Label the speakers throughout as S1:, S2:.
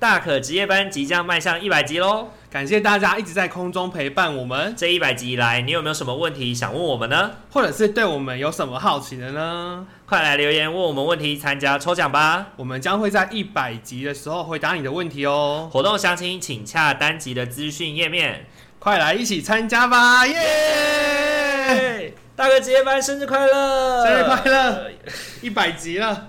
S1: 大可职业班即将迈向一百集喽！
S2: 感谢大家一直在空中陪伴我们，
S1: 这一百集以来，你有没有什么问题想问我们呢？
S2: 或者是对我们有什么好奇的呢？
S1: 快来留言问我们问题，参加抽奖吧！
S2: 我们将会在一百集的时候回答你的问题哦，
S1: 活动详情请洽单集的资讯页面。
S2: 快来一起参加吧，耶、
S1: 大可职业班生日快乐！
S2: 生日快！乐，呃一百集了，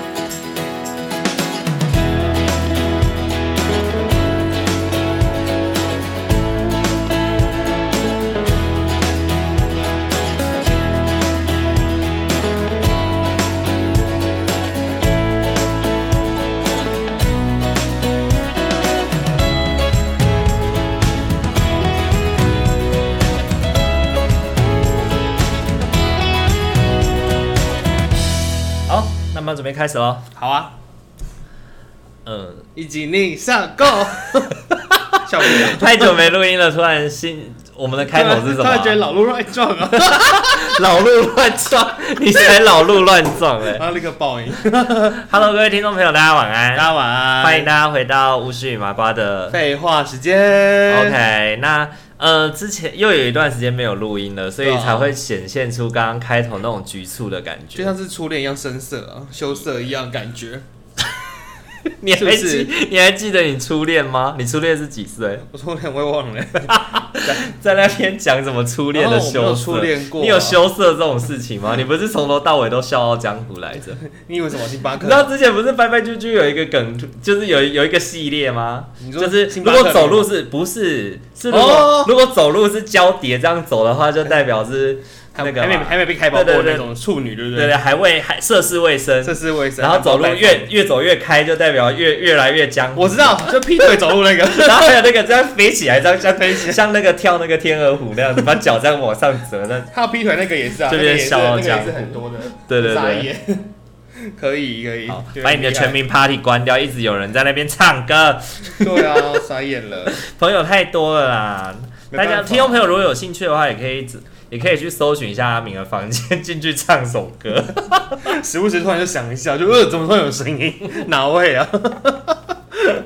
S1: 好，那么准备开始喽。
S2: 好啊，
S1: 嗯，
S2: 一起逆上 Go，笑不了。
S1: 太久没录音了，突然新我们的开头是什么
S2: 突
S1: 啊、
S2: 然觉得老路乱撞 啊！
S1: 老路乱撞，你才老路乱撞哎、
S2: 啊，那个报应。
S1: Hello，各位听众朋友，大家晚安，
S2: 大家晚安，
S1: 欢迎大家回到巫师与麻瓜的。
S2: 废话时间。
S1: OK，那呃，之前又有一段时间没有录音了，所以
S2: 对啊
S1: 才会显现出刚刚开头那种局促的感
S2: 就
S1: 觉。
S2: 像是初恋一样生涩啊，羞涩一样感 觉。
S1: 你还
S2: 是不
S1: 记
S2: 是
S1: 你还记得你初恋吗？你初恋是几岁？
S2: 我初恋我也忘了，
S1: 在那边讲什么初恋的
S2: 然后哦我
S1: 羞
S2: 没有
S1: 涩？
S2: 初恋过啊
S1: 你有羞涩这种事情吗？你不是从头到尾都笑傲江湖来着？
S2: 你以为什么星巴
S1: 你
S2: 克
S1: 知？道之前不是拜拜啾啾有一个梗，就是有有一个系列吗？
S2: 你说
S1: 就是
S2: 星
S1: 如
S2: 巴克
S1: 果走路是不是是如果、
S2: 哦哎
S1: 如果走路是交叠这样走的话，就代表是
S2: 还
S1: 那个
S2: 还没
S1: 嘛
S2: 还没被开包
S1: 对
S2: 过
S1: 对对
S2: 那种处女，对不
S1: 对对，？还未还涉世未深，
S2: 这是卫生。
S1: 然后走路
S2: 还没被
S1: 越越走越开，就代表越越来越僵。。
S2: 我知道，就劈腿走路那个
S1: 然后还有那个这样飞起来，这样像
S2: 飞起来
S1: 像那个跳那个天鹅湖那样子，把脚这样往上折，那
S2: 他劈腿那个也是啊，
S1: 这
S2: 那
S1: 边
S2: 个也是
S1: 笑傲
S2: 那个
S1: 江
S2: 也
S1: 湖
S2: 是很多的。
S1: 对对对
S2: 傻眼 可以可以
S1: 好，
S2: 觉得
S1: 把你的
S2: 很厉害
S1: 全民 Party 关掉，一直有人在那边唱歌，
S2: 对啊，傻眼了。
S1: 朋友太多了啦。
S2: 没
S1: 大
S2: 办法
S1: 家听众朋友如果有兴趣的话，也可以也可以去搜寻一下阿明的房间， 进去唱首歌。
S2: 时不时突然就想一下，就呃，怎么突然有声音？ 哪位啊？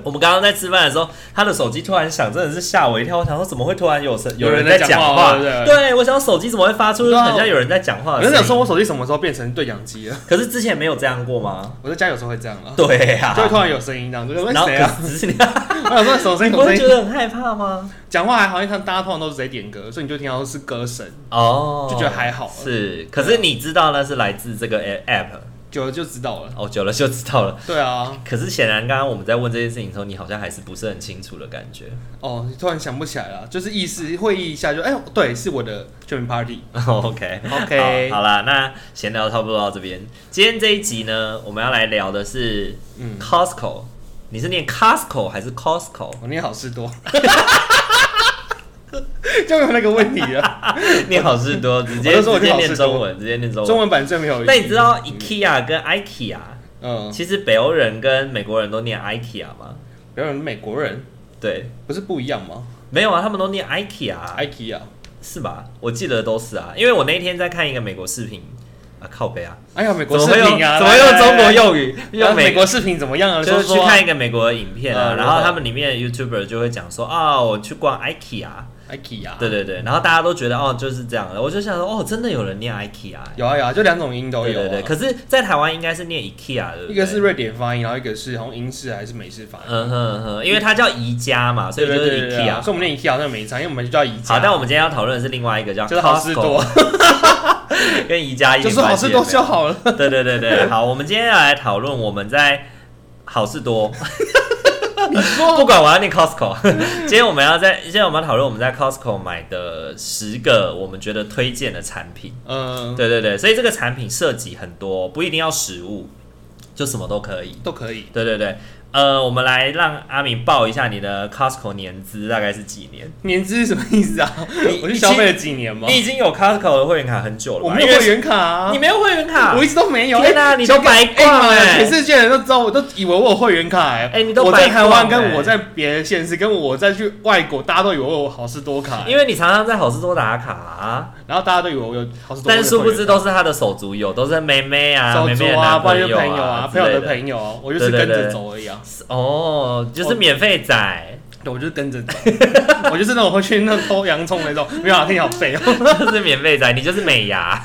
S1: 我们刚刚在吃饭的时候，他的手机突然响，真的是吓我一跳。我想说，怎么会突然有声
S2: 有
S1: 人
S2: 人
S1: 在
S2: 在
S1: 讲
S2: 讲话
S1: 话？
S2: 对不对
S1: 对，我想手机怎么会发出
S2: 不知道
S1: 很像有人在讲话
S2: 我
S1: 的
S2: 在想
S1: 声音？
S2: 说，我手机什么时候变成对讲机了？
S1: 可是之前没有这样过吗？
S2: 我在家有时候会这样啊，
S1: 对呀、
S2: 就会突然有声音这样，就是喂
S1: 然后
S2: 谁啊？
S1: 可是只是你，
S2: 我想说什么声
S1: 你
S2: 音？
S1: 不
S2: 什么声
S1: 会
S2: 音
S1: 觉？得很害怕吗？
S2: 讲话还好，因为他们大家通常都是直接点歌，所以你就听到是歌声，
S1: 哦，
S2: 就觉得还好
S1: 是，可是你知道那是来自这个 app，
S2: 久了就知道了。
S1: 哦，久了就知道了。
S2: 对啊，
S1: 可是显然，刚刚我们在问这件事情的时候，你好像还是不是很清楚的感觉。
S2: 哦，突然想不起来了，就是意识会意一下就，哎、对，是我的全民 party。
S1: OK
S2: OK
S1: 好好啦，那闲聊差不多到这边。今天这一集呢，我们要来聊的是
S2: 嗯
S1: Costco，、你是念 Costco 还是 Costco？
S2: 我哦念好事多， 就有那个问题 了。
S1: 念好事 多，直
S2: 我
S1: 接
S2: 就
S1: 直
S2: 说我念
S1: 接
S2: 好事
S1: 念
S2: 多
S1: 中文，直接念中文。
S2: 中文版最没有意义。
S1: 但你知道 IKEA 跟 IKEA，
S2: 嗯，
S1: 其实北欧人跟美国人都念 IKEA 吗？
S2: 比如美国人
S1: 对，
S2: 不是不一样吗
S1: 没有啊，他们都念 IKEA，啊
S2: ？IKEA，
S1: 是吧？我记得都是啊，因为我那天在看一个美国视频啊，靠北啊，
S2: 哎呀，美
S1: 怎
S2: 国
S1: 么
S2: 视
S1: 会用
S2: 频啊，
S1: 怎么会用中国
S2: 用
S1: 用语用
S2: 美
S1: 美
S2: 国视频怎么样啊？
S1: 就是去
S2: 说说啊
S1: 看一个美国的影片啊，
S2: 嗯
S1: 然
S2: 然
S1: 后
S2: 后
S1: 他们里面的 YouTuber 就会讲说啊，我去逛 IKEA，
S2: IKEA，
S1: 啊对对对，然后大家都觉得哦就是这样的，我就想说哦，真的有人念 IKEA，欸
S2: 有啊有啊，就两种音都
S1: 对
S2: 有、啊。
S1: 对对，可是，在台湾应该是念 IKEA 的，对不对
S2: 一个是瑞典发音，然后一个是好像英式还是美式发音，
S1: 嗯哼哼，因为它叫宜家嘛，所以就
S2: 对对
S1: 是
S2: 对对对啊
S1: IKEA。
S2: 所以我们念 IKEA 好像没差，因为我们就叫宜家。
S1: 好，但我们今天要讨论的是另外一个叫
S2: 就是好
S1: Costco，
S2: 事 多，
S1: 跟宜家一
S2: 就
S1: 点
S2: 是好
S1: 关
S2: 事
S1: 系
S2: 多
S1: 也
S2: 就好了。
S1: 没有。对对对 对，好，我们今天要来讨论我们在好事多，
S2: 你说
S1: 不管我要念 Costco，今 天我们要在，今天我们要讨论我们在 Costco 买的十个我们觉得推荐的产品。
S2: 嗯，
S1: 对对对，所以这个产品涉及很多，不一定要食物，就什么都可以。
S2: 都可以。
S1: 对对对，呃，我们来让阿明报一下你的 Costco 年资大概是几年？
S2: 年资是什么意思啊？我去消费了几年吗
S1: 你？已经有 Costco 的会员卡很久了吧，
S2: 我没有
S1: 因为
S2: 会员卡啊
S1: 你，没有会员卡
S2: 我，一直都没有。
S1: 天哪
S2: 哎
S1: 你都
S2: 小哥
S1: 白逛
S2: 哎妈呀
S1: 哎
S2: 全世界人都知道，我都以为我有会员卡哎。
S1: 哎你都
S2: 我在
S1: 白
S2: 台
S1: 逛
S2: 湾，跟
S1: 哎
S2: 我在别的县市，跟我在去外国，大家都以为我有好事多卡，哎
S1: 因为你常常在好事多打卡、啊，
S2: 然后大家都以为我有好事多。
S1: 但殊不知都是他的手足友，都是妹妹啊、
S2: 手
S1: 妹妹
S2: 足
S1: 的
S2: 啊，
S1: 男
S2: 不然就
S1: 友
S2: 朋友
S1: 啊
S2: 啊，
S1: 之
S2: 朋
S1: 类
S2: 友的
S1: 的
S2: 朋友啊，我就是
S1: 对对
S2: 跟
S1: 对
S2: 着走而已啊。
S1: 哦，就是免费仔，
S2: 对，我就是跟着走， 我就是那种会去那偷洋葱那种，没有啊，听起来好废哦，
S1: 就是免费仔，你就是美牙，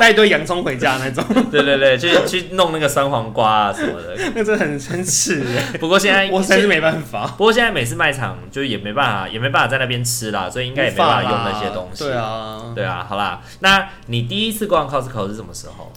S2: 带一堆洋葱回家那种，
S1: 对对对，去去弄那个酸黄瓜啊什么的。
S2: 那真的很很耻哎，
S1: 不过现在
S2: 我实在是没办法。
S1: 不过现在每次卖场就也没办法，也没办法在那边吃啦，所以应该也没办法用那些东西。
S2: 对，啊，
S1: 对啊，好啦，那你第一次逛 Costco 是什么时候？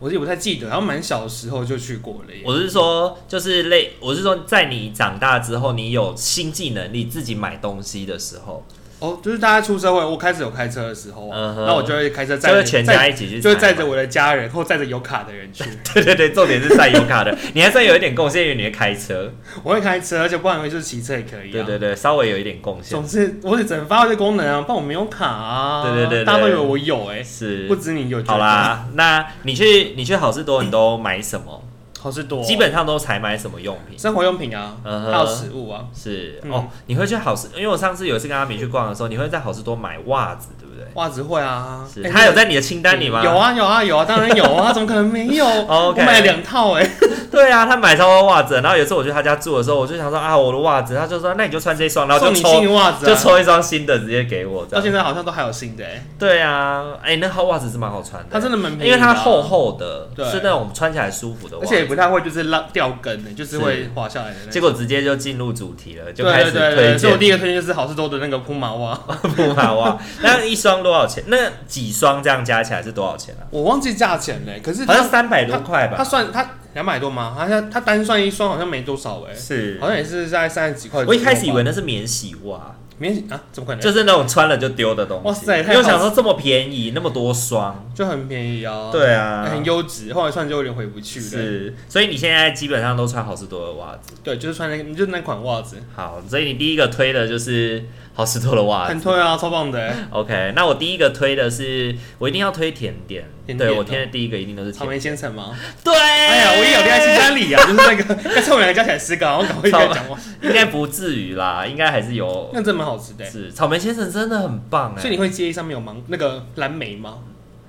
S2: 我也不太记得，然后蛮小的时候就去过了耶。
S1: 我是说，就是类，我是说，在你长大之后，你有经济能力自己买东西的时候，
S2: 哦，就是大家出社会，我开始有开车的时候啊
S1: 嗯，哼
S2: 那我就会开车载
S1: 就
S2: 着
S1: 是全家
S2: 载
S1: 一起去采买，
S2: 就会载着我的家人或载着有卡的人去。
S1: 对对对，重点是晒油卡的，你还算有一点贡献，因为你会开车。
S2: 我会开车，而且不然就是骑车也可以。啊
S1: 对对。对，稍微有一点贡献
S2: 总。之，我只能发挥这功能啊，不然我没有卡啊。
S1: 对对对对
S2: 大家都以为我有哎，
S1: 是
S2: 不，止你有。
S1: 好，啦，那你去你去好事多，你都买什么？
S2: 好事多。
S1: 基本上都才买什么用品？
S2: 生活用品啊，
S1: 嗯哼
S2: 还有食物啊，
S1: 是
S2: 嗯
S1: 哦，你会去好事，因为我上次有一次跟阿明去逛的时候，你会在好事多买袜子，对不对？
S2: 袜子会啊。
S1: 是，
S2: 哎
S1: 他有在你的清单里吗？哦
S2: 有。啊有啊有啊，当然有啊，怎么可能没 有？我
S1: OK
S2: 买了两套哎。
S1: 对啊，他买超多袜子，然后有一次我去他家住的时候，我就想说啊，我的袜子，他就说那你就穿这双，然后
S2: 送
S1: 就
S2: 你新
S1: 抽
S2: 的袜子、啊，
S1: 就抽一双新的直接给我，这
S2: 到现
S1: 样。
S2: 在好像都还有新的、欸，
S1: 对啊，哎，那号袜子是蛮好穿的，
S2: 它真的蛮便宜的啊
S1: 因为它厚厚的，
S2: 对
S1: 是那种穿起来舒服的袜
S2: 而且也
S1: 子。
S2: 不太会就是浪掉跟的、就是会
S1: 是
S2: 滑下来的那
S1: 结
S2: 种。
S1: 果直接就进入主题了，就
S2: 对
S1: 开
S2: 对
S1: 始
S2: 对
S1: 推
S2: 对，所以我第一
S1: 荐
S2: 个推荐就是好事多的那个铺麻袜，
S1: 布娃娃。那一双多少钱？那几双这样加起来是多少钱啊？
S2: 我忘记价钱嘞、可是
S1: 好像
S2: 它
S1: 三百多块吧
S2: 它。算它两百多吗？好像它单算一双好像没多少哎、
S1: 是
S2: 好像也是在三十几块。
S1: 我一开始以为，那是免洗袜，
S2: 没啊，怎么可能？
S1: 就
S2: 就是
S1: 那种穿了就丢的东西。
S2: 哇塞
S1: 因
S2: 太
S1: 为
S2: 好
S1: 我想说这么便宜，那么多双，
S2: 就很便宜啊，
S1: 对啊
S2: 很优质，后来穿就有点回不去了。
S1: 是，所以你现在基本上都穿好事多的袜子。
S2: 对，就是穿那个，就那款袜子，
S1: 好，所以你第一个推的就是好事多的袜
S2: 很
S1: 子。
S2: 推啊，超棒的、欸，
S1: OK，那我第一个推的是，我一定要推甜点。
S2: 甜点
S1: 对
S2: 哦
S1: 我推的第一个一定都是
S2: 草
S1: 甜点。
S2: 莓先生吗？
S1: 对，
S2: 哎
S1: 哎
S2: 呀，我也有在清单 里啊，就是那个，干脆我们两个加起来十个啊，我赶快跟你讲哇，
S1: 应该不至于啦，应该还是有。
S2: 那真的蛮好吃的欸。
S1: 是草莓先生真的很棒哎、
S2: 所以你会介意上面有芒那个蓝莓吗？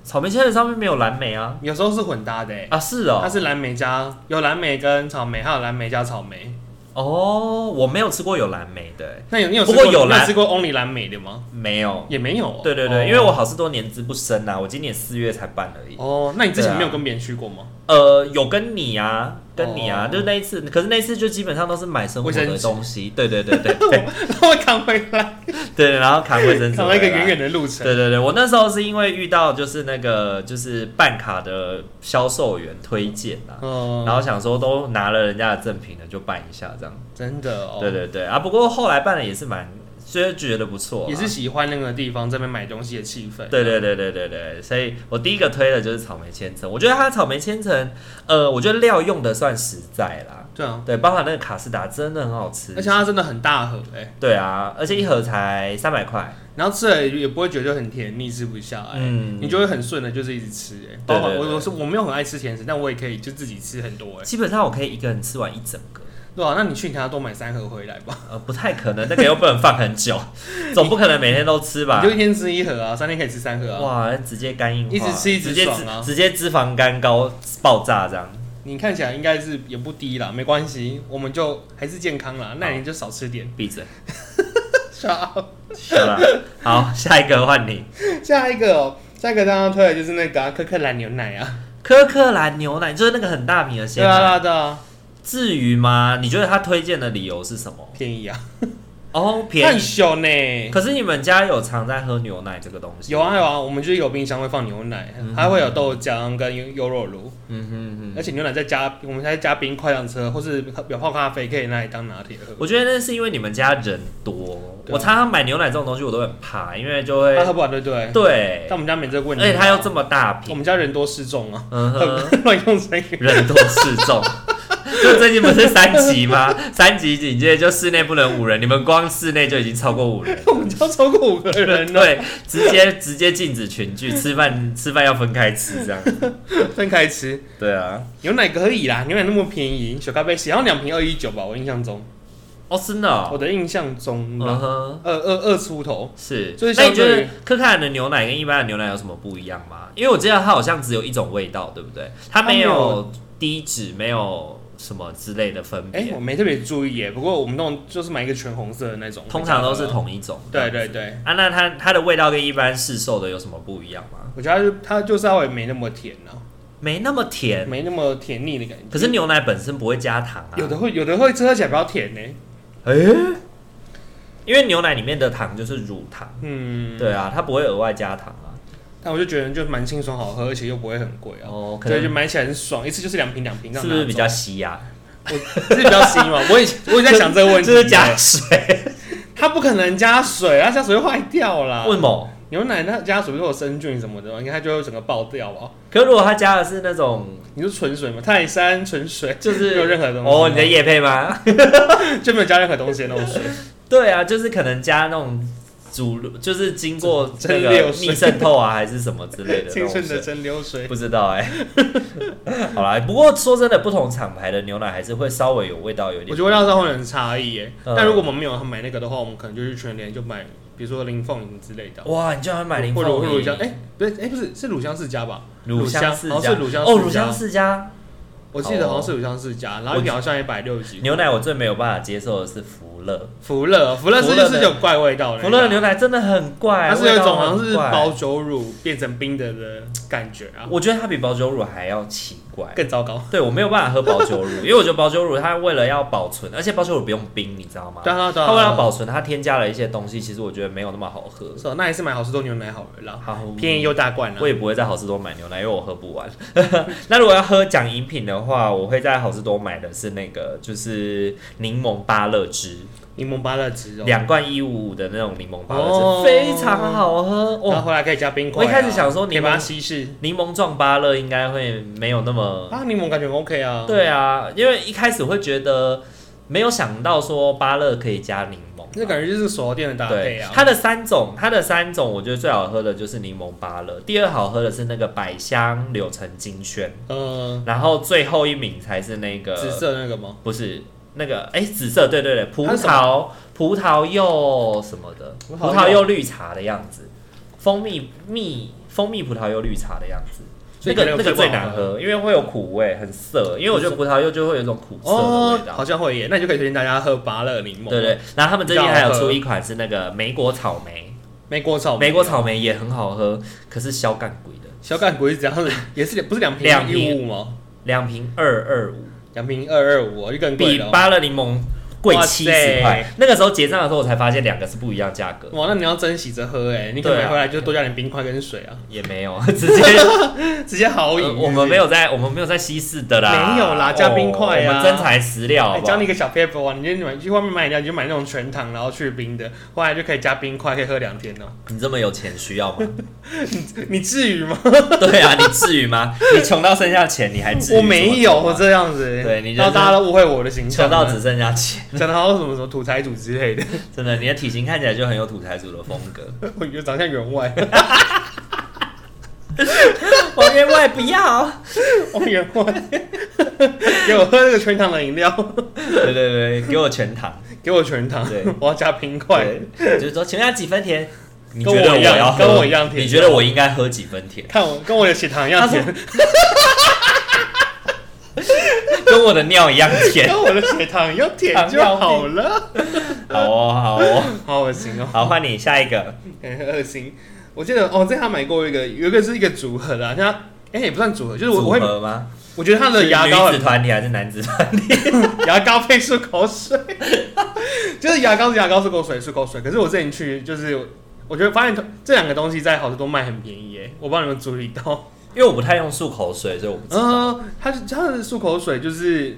S1: 草莓先生上面没有蓝莓啊？
S2: 有时候是混搭的、欸，
S1: 啊，是哦、
S2: 它是蓝莓加有蓝莓跟草莓，还有蓝莓加草莓。
S1: 哦，我没有吃过有蓝莓的、欸
S2: 那有你有
S1: 不
S2: 吃
S1: 过
S2: 过
S1: 有
S2: 你
S1: 蓝
S2: 吃过 only 蓝莓的吗？
S1: 没有。
S2: 也没有哦、
S1: 对对对，
S2: 哦
S1: 因为我好事多年资不深呐、啊，我今年四月才办而已。
S2: 哦，那你之
S1: 对
S2: 前
S1: 啊
S2: 没有跟别人去过吗？
S1: 呃，有跟你啊，跟你啊，
S2: 哦
S1: 就是那一次，可是那一次就基本上都是买生活
S2: 卫
S1: 的
S2: 生纸
S1: 东西，对对对对 对
S2: 然后我扛回来，
S1: 对，然后扛卫生纸
S2: 扛了一个
S1: 回来
S2: 远远的路程。
S1: 对对对，我那时候是因为遇到就是那个就是办卡的销售员推荐啊，
S2: 嗯，
S1: 然后想说都拿了人家的赠品了，就办一下这样。
S2: 真的哦，
S1: 对对对啊，不过后来办的也是蛮，所以觉得不错啦，啊
S2: 也是喜欢那个地方这边买东西的气氛。
S1: 对对对对对对，所以我第一个推的就是草莓千层，我觉得它的草莓千层，呃，我觉得料用的算实在啦，
S2: 对啊，
S1: 对，包含那个卡士达真的很好吃，
S2: 而且它真的很大盒哎、
S1: 对啊，而且一盒才三百块，
S2: 然后吃了也不会觉得很甜腻，吃不下来，
S1: 嗯
S2: 你就会很顺的，就是一直吃、哎，包括
S1: 对对对
S2: 我我是我没有很爱吃甜食，但我也可以就自己吃很多、哎，
S1: 基本上我可以一个人吃完一整个，
S2: 对啊，那你去你家多买三盒回来吧，
S1: 呃，不太可能，那个又不能放很 久，总不可能每天都吃吧
S2: 你就。一天吃一盒啊，三天可以吃三盒啊。
S1: 哇，直接肝硬化，
S2: 一直吃一直
S1: 直接脂
S2: 爽啊
S1: 直接脂肪肝高爆炸这样。
S2: 你看起来应该是也不低啦，没关系，我们就还是健康啦，那你就少吃点。
S1: 闭嘴，
S2: 是啊，
S1: 好了。好，下一个换你，
S2: 下一个哦，下一个大家推的就是那个、啊、可可蓝牛奶啊，
S1: 科克兰牛奶就是那个很大瓶的
S2: 对
S1: 鲜奶
S2: 啊对。啊对啊，
S1: 至于吗？你觉得他推荐的理由是什么？
S2: 便宜啊，
S1: 哦，便
S2: 很
S1: 宜。
S2: 小呢。
S1: 可是你们家有常在喝牛奶这个东西？
S2: 有啊有啊，我们就是有冰箱会放牛奶，还会有豆浆跟优优酪乳，
S1: 嗯哼哼。
S2: 而且牛奶再加，我们再加冰块上车，或是有泡咖啡可以拿来当拿铁喝。
S1: 我觉得那是因为你们家人多。
S2: 对啊
S1: 我常常买牛奶这种东西，我都很怕，因为就
S2: 他啊喝
S1: 会
S2: 不完，对不对？
S1: 对
S2: 但，我们家没这个问
S1: 而
S2: 题。啊
S1: 且它又这么大
S2: 我
S1: 瓶，
S2: 们家人多势众啊，
S1: 嗯哼，
S2: 乱用这个。
S1: 人多势众。 就最近不是三级吗？三级警戒就室内不能五人，你们光室内就已经超过五人。
S2: 我 们就要超过五个人了，
S1: 对，直接直接禁止群聚，吃饭吃饭要分开吃这样。
S2: 分开吃。
S1: 对啊，
S2: 牛奶可以啦，牛奶那么便宜，小咖啡好像两瓶二一九吧，我印象中，
S1: 哦，真的、
S2: 我
S1: 哦，
S2: 的印象
S1: 嗯
S2: 中啦，
S1: 哼，
S2: 二二二出头，
S1: 是。
S2: 就是
S1: 那
S2: 相
S1: 你觉
S2: 对于
S1: 得科卡的牛奶跟一般的牛奶有什么不一样吗？因为我记得它好像只有一种味道，对不对？它没
S2: 它没
S1: 有
S2: 有
S1: 低脂，没有什么之类的分
S2: 哎、
S1: 别，
S2: 我没特别注意耶，不过我们那种就是买一个全红色的那种，
S1: 通常都是同一种。
S2: 对对对，
S1: 啊，那它它的味道跟一般市售的有什么不一样吗？
S2: 我觉得它就它就稍微没那么甜了、
S1: 没那么甜，
S2: 没那么甜腻的感觉。
S1: 可是牛奶本身不会加糖啊。
S2: 有的会有的会喝起来比较甜呢、
S1: 哎、因为牛奶里面的糖就是乳糖，
S2: 嗯，
S1: 对啊，它不会额外加糖啊。
S2: 但我就觉得就蛮清爽好喝，而且又不会很贵啊，
S1: 哦，可
S2: 所以就
S1: 能
S2: 买起来很爽，一次就是两瓶两瓶这
S1: 是
S2: 样
S1: 不
S2: 拿
S1: 是
S2: 走，
S1: 比较稀呀、
S2: 是比较稀嘛？我也我也在想这个问 题，
S1: 就是加水，
S2: 它不可能加水，它加水会坏掉啦。
S1: 为什么？
S2: 牛奶那加水会有生菌什么的嘛，应该它就会整个爆掉吧？
S1: 可如果它加的是那种，
S2: 你是纯水嘛，泰山纯水，
S1: 就是
S2: 没有任何东西
S1: 哦，你的叶配吗？
S2: 就没有加任何东西的那种水，
S1: 对啊，就是可能加那种煮，就是经过那
S2: 蒸
S1: 个
S2: 馏水
S1: 逆渗透啊，还是什么之类的那
S2: 青
S1: 种
S2: 春
S1: 水。
S2: 的蒸馏水。
S1: 不知道哎、 好啦，不过说真的，不同厂牌的牛奶还是会稍微有味道，有点。
S2: 我觉得味道上会有很差异耶。
S1: 嗯
S2: 但如果我们没有买那个的话，我们可能就去全联就买，比如说林凤营之类的，
S1: 哇，你居然买零
S2: 或者或者乳
S1: 乳
S2: 香，哎、不是，哎、不是，是乳香世家吧？
S1: 乳香世
S2: 好
S1: 家
S2: 像是乳香世家
S1: 哦，乳香世家哦
S2: 我记得好像是乳香世家，然后一瓶好像一百六十几。
S1: 牛奶我最没有办法接受的是福乐，
S2: 福乐，福乐是
S1: 福乐的
S2: 就是有怪味哦道的，啊
S1: 福乐牛奶真的很怪，
S2: 它是有
S1: 味
S2: 一
S1: 道
S2: 种好像
S1: 很
S2: 是
S1: 怪
S2: 保，酒乳变成冰的的感觉啊，
S1: 我觉得它比保酒乳还要奇怪。
S2: 更糟糕。
S1: 对我没有办法喝保酒乳，因为我觉得保酒乳它为了要保存，而且保酒乳不用冰，你知道吗？
S2: 对啊，对啊，
S1: 它为了
S2: 对啊
S1: 保存，它添加了一些东西，其实我觉得没有那么好喝。
S2: 是哦那还是买好事多牛奶好了啦，
S1: 好，
S2: 便宜又大罐啊
S1: 嗯我。也不会在好事多买牛奶，因为我喝不完。 那如果要喝讲饮品的话，我会在好事多买的是那个就是柠檬芭乐汁，
S2: 柠檬芭乐汁哦，
S1: 两罐一五五的那种柠檬芭乐汁，
S2: 哦
S1: 非常好喝
S2: 然后
S1: 哦。
S2: 回来可以加冰块啊。
S1: 我一开始想说柠檬
S2: 可以把它稀释
S1: 柠檬撞芭乐应该会没有那么
S2: 啊，柠檬感觉很 OK 啊。
S1: 嗯对啊，因为一开始会觉得没有想到说芭乐可以加柠檬嘛，
S2: 这感觉就是手摇店的搭配
S1: 对
S2: 啊，。
S1: 它的三种，它的三种，我觉得最好喝的就是柠檬芭乐，第二好喝的是那个百香柳橙金萱，
S2: 呃，
S1: 然后最后一名才是那个
S2: 紫，色那个吗？
S1: 不是那个哎、紫色，对对对，葡
S2: 它是什
S1: 萄葡萄柚什么的，
S2: 葡
S1: 葡
S2: 萄
S1: 萄
S2: 柚
S1: 柚绿茶的样子，蜂蜜蜜蜂蜜葡萄柚绿茶的样子。
S2: 所
S1: 那个
S2: 以可能
S1: 那个
S2: 最
S1: 最
S2: 啊不好
S1: 难喝，因为会有苦味，很涩。因为我觉得葡萄柚就会有一种苦涩的味道。
S2: 哦好像会耶，那你就可以推荐大家喝芭乐柠檬。啊
S1: 对对，然后他们最近
S2: 比较
S1: 还有
S2: 好喝
S1: 出一款是那个梅果草莓，
S2: 美国草莓，啊
S1: 美国草莓啊也很好喝，可是小干鬼的，
S2: 小干鬼是怎样的？也是不是两瓶
S1: 两
S2: 一
S1: 瓶
S2: 五五吗？
S1: 两瓶二二五，
S2: 两瓶二二五，就更贵
S1: 比
S2: 了哦。
S1: 芭乐柠檬贵
S2: 哇
S1: 七
S2: 塞
S1: 十块。那个时候结账的时候，我才发现两个是不一样价格，
S2: 哇，那你要珍惜着喝哎，你可
S1: 对啊
S2: 能买回来就多加点冰块跟水啊，
S1: 也没 有直接，
S2: 直接好饮
S1: 呃
S2: 是不是。
S1: 我们没有在我们没有在稀释的啦，
S2: 没有啦
S1: 哦
S2: 加冰块啊
S1: 我们真材实料好
S2: 哎，
S1: 不好
S2: 教你一个小 paper 啊，你就买去外面买饮料，你就买那种全糖，然后去冰的，后来就可以加冰块，可以喝两天哦。
S1: 你这么有钱需要吗？
S2: 你至于吗？
S1: 对啊，你至于吗？你穷到剩下钱，你还至于
S2: 我
S1: 这么
S2: 没
S1: 做
S2: 有，我
S1: 吗
S2: 这样子。
S1: 对你
S2: 然
S1: 人生
S2: 后大家都误会我的形象
S1: 穷
S2: 了，
S1: 到 只剩下钱，
S2: 讲的好像什么什么土财主之类的，
S1: 真的，你的体型看起来就很有土财主的风格。
S2: 我觉得长相员外，
S1: 王员外不要。
S2: 王哦员外 给我喝那个全糖的饮 料，
S1: 对对对，给我全糖。
S2: 给我全糖
S1: 对，
S2: 我要加冰块。
S1: 对，就是说请问要几分甜？你
S2: 跟
S1: 觉得
S2: 我一样
S1: 要喝
S2: 跟我一样甜
S1: 你觉得我应该喝几分甜？
S2: 看我跟我的血糖一样甜，
S1: 跟我的尿一样甜。
S2: 跟我的血糖一样甜就好了。
S1: 好哦，好哦，
S2: 好恶心哦，
S1: 好，换你下一个。
S2: 很恶心。我记得哦，在他买过一个，有一个是一个组合的、啊，像哎、也不算组合，就是我
S1: 组
S2: 我会
S1: 合吗？
S2: 我觉得 他的
S1: 是
S2: 牙膏
S1: 女子团体还是男子团体？
S2: 很牙膏配漱口水， 就是牙膏是牙膏，漱口水漱口水。可是我之前去就是，我觉得发现这两个东西在好事多卖很便宜耶，我帮你们处理到。
S1: 因为我不太用漱口水，所以我不知道。
S2: 嗯，它是它的漱口水就是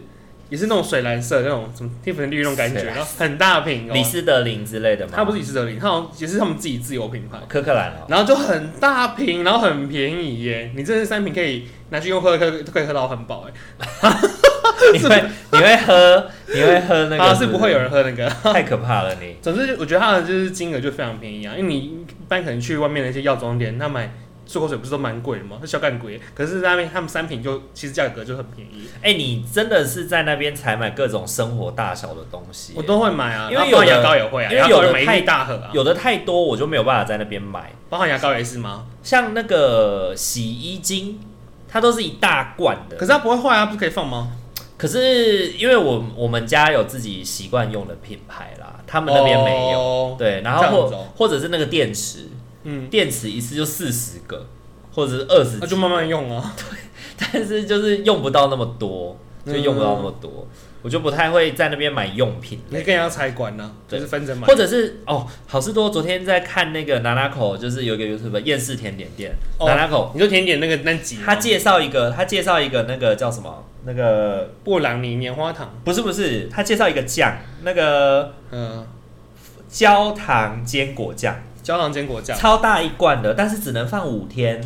S2: 也是那种水蓝色那种什么天粉绿那种感觉，
S1: 水蓝
S2: 然后很大瓶哦、
S1: 李斯德林之类的吗？
S2: 它不是以斯德林，它好像也是他们自己自有品牌，
S1: 科克兰 哦。
S2: 然后就很大瓶，然后很便宜耶，你这三瓶可以拿去用喝，可以都可以喝到很饱哎。
S1: 你会你会喝你会喝那个
S2: 啊，是不会有人喝那个。
S1: 太可怕了你。
S2: 总之，我觉得它的就是金额就非常便宜啊，因为你一般可能去外面的一些药妆店，他买漱口水不是都蛮贵的吗？是小干贵，可是那边他们三瓶就其实价格就很便宜，
S1: 哎、你真的是在那边采买各种生活大小的东西、
S2: 我都会买啊，
S1: 因为
S2: 然后
S1: 有
S2: 包含
S1: 的
S2: 牙膏也会啊，
S1: 因为
S2: 牙膏
S1: 有的
S2: 也买
S1: 太
S2: 一大盒啊，
S1: 有的太多，我就没有办法在那边买。
S2: 包含牙膏也是吗？
S1: 像那个洗衣精，它都是一大罐的。
S2: 可是它不会坏啊，不是可以放吗？
S1: 可是因为我我们家有自己习惯用的品牌啦，他们那边没有。
S2: 有，
S1: 对，然
S2: 哦这样
S1: 后
S2: 子
S1: 或
S2: 哦
S1: 或者是那个电池，
S2: 嗯，
S1: 电池一次就四十个，或者是二十，
S2: 那就慢慢用啊。
S1: 但是就是用不到那么多，就用不到那么多，
S2: 嗯
S1: 我就不太会在那边买用品
S2: 你
S1: 类。
S2: 更要拆管呢、就
S1: 对
S2: 是分着买
S1: 或。者是哦，好事多昨天在看那个拿拿口，就是有一个 YouTube 厌世甜点店
S2: 哦
S1: 拿拿口，
S2: 你说甜点那个那几吗，
S1: 他介绍一个，他介绍一个那个叫什么？那个
S2: 布朗尼棉花糖，
S1: 不是不是，他介绍一个酱，那个
S2: 嗯、
S1: 焦糖坚果酱，
S2: 焦糖坚果酱，
S1: 超大一罐的，但是只能放五天，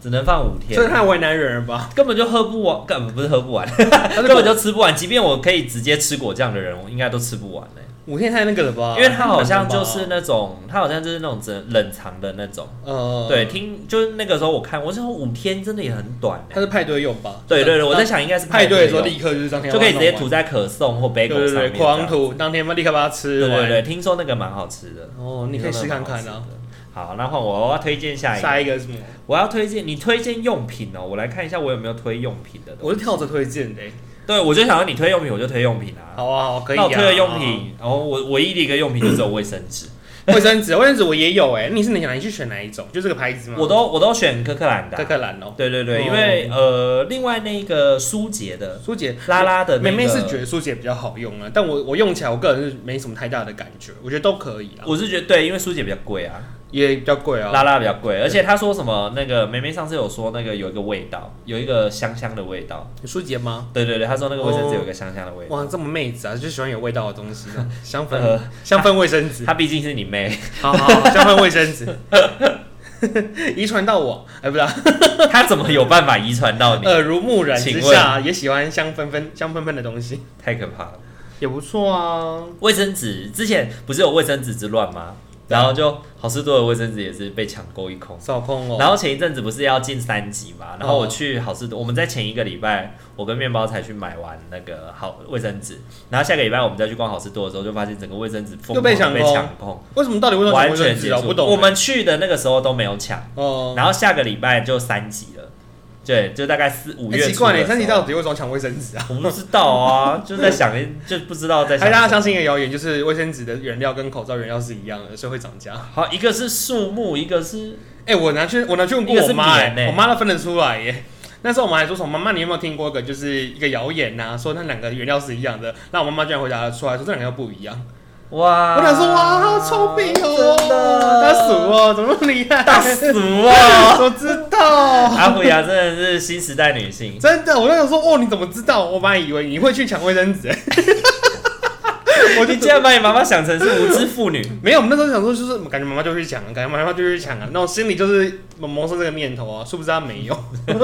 S1: 只能放五天
S2: 这，太为难人了吧？
S1: 根本就喝不完，根本不是喝不完，
S2: 它
S1: 根
S2: 是
S1: 本就吃不完。即便我可以直接吃果酱的人，我应该都吃不完嘞、
S2: 五天太那个了吧？
S1: 因为它好像就是
S2: 太啊难了吧
S1: 那种，它好像就是那种只冷藏的那种。
S2: 呃，
S1: 对，，听就是那个时候我看，我想说五天真的也很短、
S2: 它
S1: 欸。
S2: 是派对用吧？
S1: 对对对，
S2: 当
S1: 我在想应该是
S2: 派对的时候
S1: 用
S2: 立刻就是当天
S1: 就可以直接
S2: 晚上
S1: 涂在可颂或
S2: 完
S1: bagel
S2: 对
S1: 上
S2: 对
S1: 面
S2: 对，
S1: 这样。
S2: 狂涂，当天立刻把它吃
S1: 对
S2: 完。
S1: 对对，听说那个蛮好吃的。
S2: 哦，你可以试看看啊。
S1: 好，那换我，我要推荐下一
S2: 下
S1: 个。
S2: 一个是什么？
S1: 我要推荐你推荐用品哦，我来看一下我有没有推用品的东西。
S2: 我是跳着推荐的欸。
S1: 对，我就想要你推用品，我就推用品啊。
S2: 好啊，好，可以
S1: 那
S2: 啊。
S1: 我推的用品，然后我唯一的一个用品就只有卫生纸，
S2: 哦卫生纸，卫生纸我也有哎。你是你想你去选哪一种？就这个牌子吗？
S1: 我都我都选科克兰的啊。
S2: 嗯可可兰哦，
S1: 对对对，
S2: 哦
S1: 因为呃，另外那个舒洁的
S2: 苏姐
S1: 拉拉的那
S2: 妹
S1: 个
S2: 妹是觉得舒洁比较好用啊，但我我用起来我个人是没什么太大的感觉，我觉得都可以啊，
S1: 我是觉得对，因为舒洁比较贵啊，
S2: 也比较贵啊。
S1: 拉拉比较贵，而且他说什么那个梅梅上次有说那个有一个味道，有一个香香的味道，
S2: 舒洁吗？
S1: 对对对，他说那个卫生纸有一个香香的味道，
S2: 哇，这么妹子啊，就喜欢有味道的东西 啊，香氛、
S1: 呃
S2: 香氛卫生 纸，
S1: 他毕竟是你妹，
S2: 好好好香氛卫生纸， 遗传到我，哎、不是、啊，
S1: 他怎么有办法遗传到你？
S2: 耳濡目染之
S1: 请
S2: 下也喜欢香喷喷、香喷喷的东西，
S1: 太可怕了！
S2: 也不错啊。
S1: 卫生纸之前不是有卫生纸之乱吗？然后就好事多的卫生纸也是被抢购一空。
S2: 少控哦，
S1: 然后前一阵子不是要进三级嘛，然后我去好事多，我们在前一个礼拜，我跟面包才去买完那个好卫生纸，然后下个礼拜我们再去逛好事多的时候，就发现整个卫生纸疯狂
S2: 又被
S1: 地
S2: 抢
S1: 被
S2: 空
S1: 抢空，
S2: 为什么到底为什么
S1: 完
S2: 卫生
S1: 全
S2: 纸
S1: 结
S2: 啊？
S1: 束。
S2: 我不懂、
S1: 我们去的那个时候都没有抢，
S2: 哦，
S1: 然后下个礼拜就三级了，对，就大概四五
S2: 哎
S1: 月
S2: 奇怪
S1: 初的
S2: 呢，
S1: 时候
S2: 三级到底为什么抢卫生纸啊？
S1: 我不知道啊，就在想就不知道在
S2: 还
S1: 想
S2: 有
S1: 什
S2: 大
S1: 么。
S2: 家相信一个谣言，就是卫生纸的原料跟口罩原料是一样的，所以会涨价。
S1: 好，一个是树木，一个是
S2: 哎、我拿去我拿去问过
S1: 一个
S2: 我
S1: 是
S2: 妈、
S1: 棉
S2: 哎，
S1: 欸
S2: 我妈都分得出来耶、 那时候我们还说什么妈妈，你有没有听过一个就是一个谣言呐、说那两个原料是一样的？那我妈妈居然回答出来说这两个又不一样。
S1: 哇，
S2: 我想说哇，臭屁哦、
S1: 啊真的
S2: 大鼠哦、怎么那么厉害？
S1: 大
S2: 鼠，
S1: 鼠啊！
S2: 我知道，
S1: 阿虎牙真的是新时代女性，
S2: 真的，我那时候说哦，你怎么知道？我本来以为你会去抢卫生纸、 哎我就
S1: 你竟然把你妈妈想成是无知妇女，
S2: 没有，我们那时候想说，就是感觉妈妈就去抢啊，感觉妈妈就去抢啊，那我心里就是萌生这个念头啊，殊不知她没有，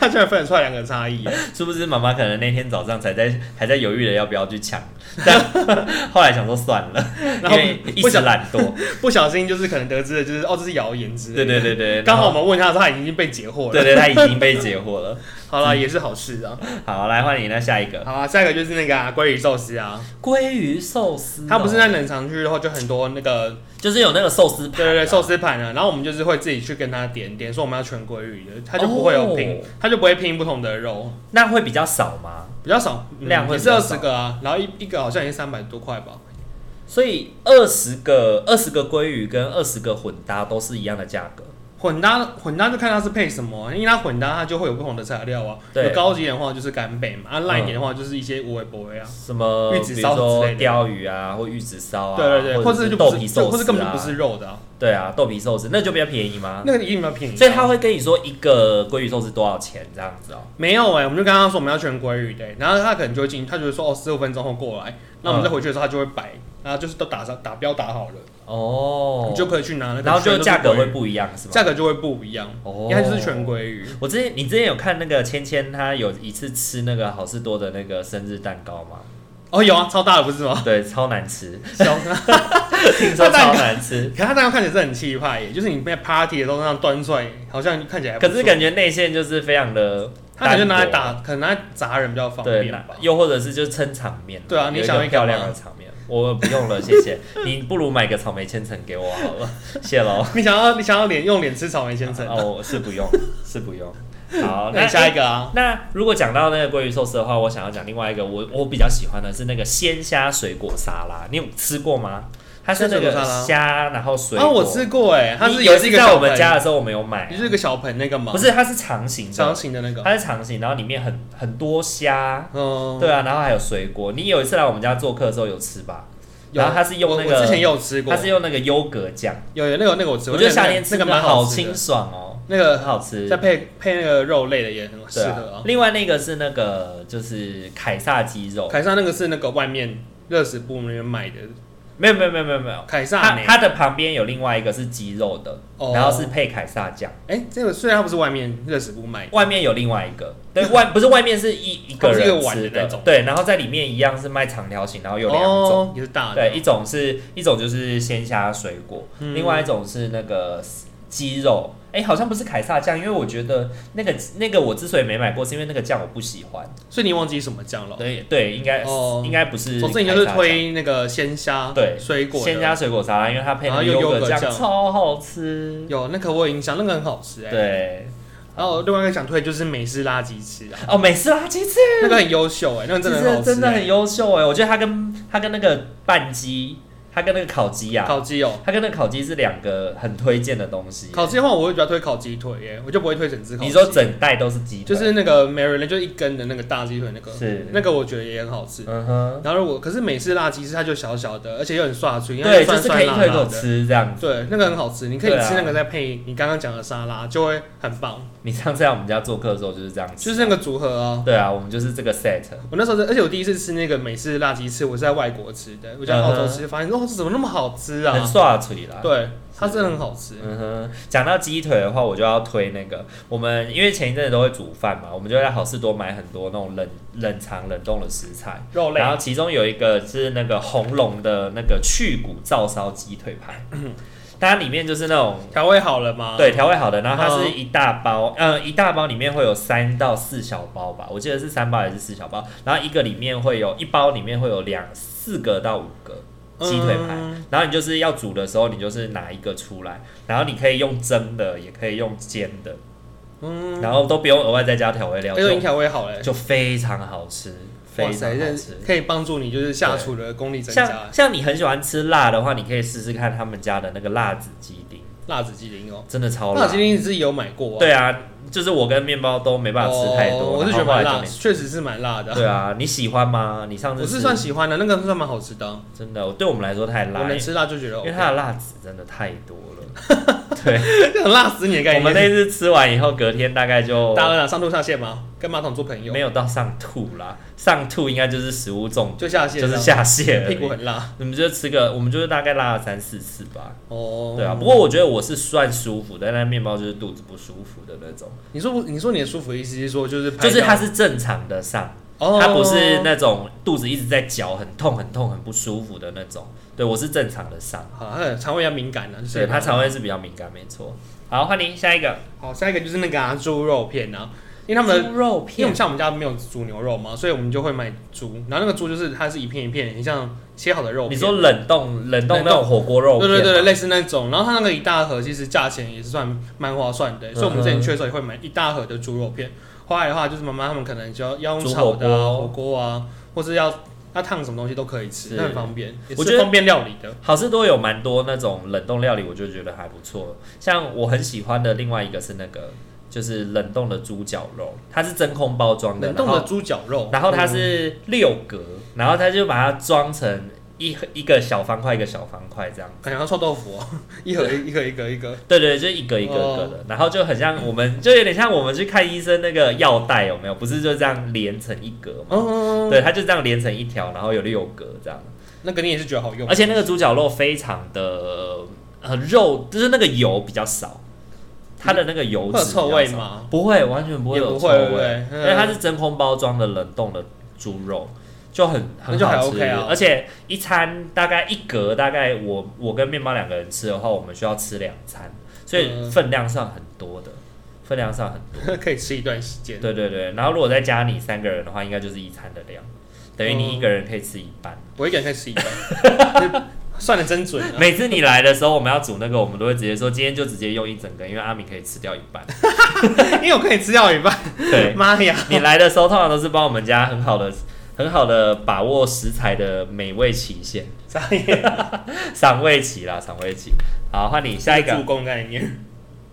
S2: 她居然分得出来两个差异、啊
S1: 是不是？妈妈可能那天早上才在还在犹豫了要不要去抢，但 后来想说算了，
S2: 然
S1: 因
S2: 后
S1: 为一
S2: 不
S1: 时
S2: 小
S1: 懒 惰。
S2: 不小心就是可能得知的就是哦，这是谣言之类的。
S1: 对对对对，
S2: 刚好我
S1: 然后
S2: 们问他，他已经被解惑
S1: 对
S2: 了。
S1: 对，她已经被截获了。
S2: 好了，也是好事啊。
S1: 好，来换你那下一个
S2: 好啊，下一个就是那个啊，鲑鱼寿司啊，
S1: 鲑鱼寿司哦，
S2: 它不是在冷藏区的话，就很多那
S1: 哦
S2: 个
S1: 就是有那个寿司盘啊，
S2: 对对对寿司盘啊，然后我们就是会自己去跟他点点，说我们要全鲑鱼的，他就不会有拼
S1: 哦，
S2: 他就不会拼不同的肉，
S1: 那会比较少吗？
S2: 比较少，嗯
S1: 量会
S2: 也
S1: 比
S2: 是
S1: 较
S2: 二
S1: 少
S2: 十个啊，然后一一个好像也三百多块吧。
S1: 所以二十个二十个鲑鱼跟二十个混搭都是一样的价格。
S2: 混搭混搭就看它是配什么，因为它混搭它就会有不同的材料啊。
S1: 对嗯
S2: 有高级一点的话就是干贝嘛，啊烂一点的话就是一些无为博啊。
S1: 什么，
S2: 玉
S1: 比
S2: 子
S1: 如
S2: 烧之
S1: 说
S2: 类的
S1: 鲷鱼啊，或玉子烧啊，
S2: 对对对，
S1: 或
S2: 或者
S1: 是
S2: 就
S1: 豆
S2: 不
S1: 皮
S2: 是，
S1: 寿司、啊，
S2: 或者根本就不是肉的啊，
S1: 对啊，豆皮寿司那就比较便宜吗？嗯
S2: 那个一定比较便宜啊。
S1: 所以他会跟你说一个鲑鱼寿司多少钱这样子哦、
S2: 没有哎、我们就跟他说我们要全鲑鱼的、欸然后他可能就会进，他就会说哦，十五分钟后过来，那我们再回去的时候他就会摆，然后就是都打上打标打好了，
S1: 哦、哦
S2: 你，就可以去拿那个，
S1: 然后就价格会
S2: 不
S1: 不一样是吗？
S2: 价格就会不一样，
S1: 哦
S2: 因为它就是全鲑鱼。
S1: 我之前你之前有看那个芊芊，她有一次吃那个好事多的那个生日蛋糕吗？
S2: 哦，有啊，超大的不是 吗？
S1: 对，超难 吃，
S2: 小，
S1: 听说超难吃，
S2: 可它蛋糕看起来是很气派耶，就是你在 party 的时候那样端出来，好像看起来还不
S1: 可
S2: 错
S1: 是感觉内馅就是非常的
S2: 它可能就拿来
S1: 单
S2: 打，可能拿来砸人比较方
S1: 薄对
S2: 便吧，。
S1: 又或者是就是撑场面，
S2: 对啊你
S1: 有一
S2: 想
S1: 个
S2: 要
S1: 漂
S2: 干嘛
S1: 亮的场面，我不用了，谢谢你，不如买个草莓千层给我好了，谢喽。
S2: 你想要你想要脸用脸吃草哎莓千层，
S1: 哦，我是不用，是不用。 好，
S2: 那
S1: 那
S2: 你下一个啊，
S1: 那如果讲到那个鲑鱼寿司的话，我想要讲另外一个我我比较喜欢的是那个鲜虾水果沙拉，你有吃过吗？它是那
S2: 鲜水
S1: 个
S2: 果沙拉
S1: 虾，然后水果。
S2: 啊，我吃过哎，它
S1: 你
S2: 是
S1: 有
S2: 也
S1: 一
S2: 是
S1: 次
S2: 一个
S1: 在
S2: 小
S1: 我们
S2: 盆
S1: 家，的时候我没有买啊、
S2: 就是一个小盆那个嘛，
S1: 不是它是长形
S2: 长
S1: 的，
S2: 形的那个，
S1: 它是长形，然后里面很很多虾，
S2: 嗯，
S1: 对啊，然后还有水果。你有一次来我们家做客的时候有吃吧？
S2: 有
S1: 然后它是用
S2: 我
S1: 那
S2: 我之前也
S1: 个，
S2: 有吃过
S1: 它，是用那个优格酱，
S2: 有有那个那个我吃
S1: 我
S2: 过，
S1: 觉得
S2: 那
S1: 夏
S2: 个
S1: 天吃
S2: 那个
S1: 真的
S2: 蛮
S1: 好
S2: 吃
S1: 清
S2: 的，
S1: 爽哦，
S2: 那个
S1: 很好吃。
S2: 再配配那个肉类的也很适
S1: 对啊
S2: 合啊。，
S1: 另外那个是那个就是凯撒鸡肉，
S2: 凯撒那个是那个外面热食部那边卖的，
S1: 没有没有没有没有没有，
S2: 凯撒
S1: 它
S2: 呢？
S1: 它的旁边有另外一个是鸡肉的，
S2: 哦
S1: 然后是配凯撒酱，
S2: 哎，这个虽然它不是外面热食部卖的，
S1: 外面有另外一个，对外 不是外面是一一个
S2: 它是一个
S1: 人
S2: 碗的
S1: 吃
S2: 那种
S1: 对，然后在里面一样是卖长条形，然后有两种。
S2: 哦也是大的，
S1: 对，一种是一种就是鲜虾水果，
S2: 嗯
S1: 另外一种是那个鸡肉。哎、好像不是凯撒酱，因为我觉得那个那个我之所以没买过，是因为那个酱我不喜欢。
S2: 所以你忘记什么酱了？
S1: 对对，应该、
S2: 哦
S1: 应该不是凯撒
S2: 总
S1: 酱。
S2: 之你就是推那个鲜虾，
S1: 对
S2: 水果的
S1: 鲜虾水果沙拉，因为它配那
S2: 然
S1: 个
S2: 后
S1: 优
S2: 又优格
S1: 格酱
S2: 酱
S1: 超好吃。
S2: 有那个我有印象，那个很好吃哎。
S1: 对，
S2: 然后另外一个想推就是美式辣鸡翅啊，
S1: 哦，美式垃圾翅
S2: 那个很优秀哎，那个
S1: 其
S2: 真的很
S1: 实
S2: 好吃，
S1: 真的很优秀哎，我觉得它跟它跟那个拌鸡，它跟那个烤鸡啊，
S2: 烤鸡哦。
S1: 它跟那个烤鸡是两个很推荐的东西。
S2: 烤鸡的话，我会比较推烤鸡腿耶，我就不会推整只烤鸡。
S1: 你说整袋都是鸡腿，
S2: 就是那个 Maryland 就一根的那个大鸡腿那个，
S1: 是
S2: 那个我觉得也很好吃。
S1: 嗯哼，
S2: 然后我可是美式辣鸡翅它就小小的，而且又很刷嘴，因为
S1: 对，就
S2: 酸
S1: 是可
S2: 酸
S1: 以一
S2: 辣
S1: 口一
S2: 辣
S1: 口
S2: 的。
S1: 吃这样。
S2: 对，那个很好吃，你可以
S1: 对啊
S2: 吃那个再配你刚刚讲的沙拉，就会很棒。
S1: 你上次来我们家做客的时候就是这样吃，
S2: 就是那个组合啊，
S1: 对啊，我们就是这个 set。
S2: 我那时候是，而且我第一次吃那个美式辣鸡翅，我是在外国吃的，我在澳洲吃，发现哦，这怎么那么好吃
S1: 很
S2: 啊？
S1: 刷嘴啦，
S2: 对，它真的很好吃。
S1: 嗯哼，讲到鸡腿的话，我就要推那个我们，因为前一阵子都会煮饭嘛，我们就在好事多买很多那种冷冷藏冷冻的食材，
S2: 肉类
S1: 然后其中有一个是那个红龙的那个去骨照烧鸡腿排，它里面就是那种。
S2: 调味好了吗？，
S1: 对，调味好的，然后它
S2: 嗯
S1: 是一大包，嗯、一大包里面会有三到四小包吧，我记得是三包还是四小包，然后一个里面会有一包里面会有两四个到五个鸡腿排，
S2: 嗯
S1: 然后你就是要煮的时候，你就是拿一个出来，然后你可以用蒸的，也可以用煎的，
S2: 嗯，
S1: 然后都不用额外再加调味料，
S2: 而且已经
S1: 就
S2: 哎调味好了，
S1: 就非常好吃，非
S2: 哇塞，
S1: 常好
S2: 这
S1: 吃。
S2: 可以帮助你就是下厨的功力增加
S1: 像。像你很喜欢吃辣的话，你可以试试看他们家的那个辣子鸡丁，
S2: 辣子鸡丁哦，
S1: 真的超
S2: 辣
S1: 辣
S2: 子。鸡丁你自己有买过啊？
S1: 对啊，就是我跟面包都没办法吃太多，
S2: 哦我是觉
S1: 然
S2: 得
S1: 后后来
S2: 蛮
S1: 就
S2: 辣，
S1: 没
S2: 确实是蛮辣的啊。
S1: 对啊，你喜欢吗？你上次
S2: 我是
S1: 吃
S2: 算喜欢的，那个算蛮好吃的啊，
S1: 真的，对我们来说太
S2: 我
S1: 辣，
S2: 能吃辣就觉得哦
S1: 因为
S2: OK，
S1: 它的辣子真的太多了。对，
S2: 这 很辣死你的概
S1: 我们
S2: 念。
S1: 那次吃完以后，隔天大概就
S2: 大二啊，上吐下泻吗？跟马桶做朋友
S1: 没，有到上吐啦，上吐应该就是食物中毒，
S2: 就下泻，
S1: 就是下泻而
S2: 屁股
S1: 已。
S2: 很辣
S1: 我们就吃个，我们就是大概拉了三四次吧。
S2: 哦。
S1: 对啊，不过我觉得我是算舒服，但那面包就是肚子不舒服的那种，
S2: 你说不你说你的舒服的意思是说就是拍
S1: 就是
S2: 到
S1: 它是正常的上，
S2: 哦，
S1: 它不是那种肚子一直在绞，很痛很痛很不舒服的那种。对我是正常的上，
S2: 好，它的肠胃要敏感啊，就是
S1: 对它肠胃是比较敏感，没错。好，换您下一个
S2: 好，下一个就是那个啊猪肉片啊，因为他们的。
S1: 猪肉
S2: 因为我
S1: 片
S2: 们，像我们家没有煮牛肉嘛，所以我们就会买猪，然后那个猪就是它是一片一片，很像切好的肉
S1: 你
S2: 片。
S1: 说冷冻冷冻
S2: 冷冻
S1: 那种火锅肉
S2: 对
S1: 片，
S2: 对对，，类似那种。然后它那个一大盒，其实价钱也是算蛮划算
S1: 嗯
S2: 的，所以我们之前去的时候也会买一大盒的猪肉片。后来的话，就是妈妈他们可能就要要用
S1: 煮
S2: 炒的、啊、
S1: 火锅
S2: 火锅啊，或是要要烫什么东西都可以吃，
S1: 是
S2: 那很方便，也
S1: 我觉
S2: 是
S1: 得
S2: 方便料理的。
S1: 好事多有蛮多那种冷冻料理，我就觉得还不错。像我很喜欢的另外一个是那个，就是冷冻的猪脚肉，它是真空包装的，
S2: 冷冻的嗯猪脚肉，
S1: 然后，然后它是六格，然后它就把它装成一一个小方块一个小方块这样。
S2: 感觉像臭豆腐、哦， 一盒一个一个一个，
S1: 对对，就一个一个一个的，
S2: 哦
S1: 然后就很像我们，就有点像我们去看医生那个药袋有没有？不是就这样连成一格吗？
S2: 嗯，
S1: 哦对，它就这样连成一条，然后有六格这样。
S2: 那肯定也是觉得好用，
S1: 而且那个猪脚肉非常的呃肉，就是那个油比较少，它的那个油
S2: 会
S1: 脂
S2: 有
S1: 比较
S2: 臭味
S1: 少？
S2: 吗？
S1: 不会，完全不会
S2: 也
S1: 有
S2: 不
S1: 臭
S2: 会，对不对？
S1: 因为它
S2: 嗯
S1: 是真空包装的冷冻的猪肉，就很很
S2: 那就还
S1: 好吃
S2: OK 啊
S1: 而且一餐大概一格，大概我我跟面包两个人吃的话，我们需要吃两餐，所以
S2: 嗯
S1: 分量上很多的，分量上很
S2: 可以吃一段时间。
S1: 对对对。然后如果再加你三个人的话，应该就是一餐的量，等于你一个人可以吃一半。
S2: 我一个人可以吃一段， 算的真准、啊。
S1: 每次你来的时候，我们要煮那个，我们都会直接说今天就直接用一整根，因为阿敏可以吃掉一 半。
S2: 因为我可以吃掉一半，
S1: 对，
S2: 妈呀！
S1: 你来的时候通常都是帮我们家很好的、很好的把握食材的美味期限。
S2: 眨眼，
S1: 赏味期啦，赏味期。好，换你下一
S2: 助
S1: 个
S2: 攻概念。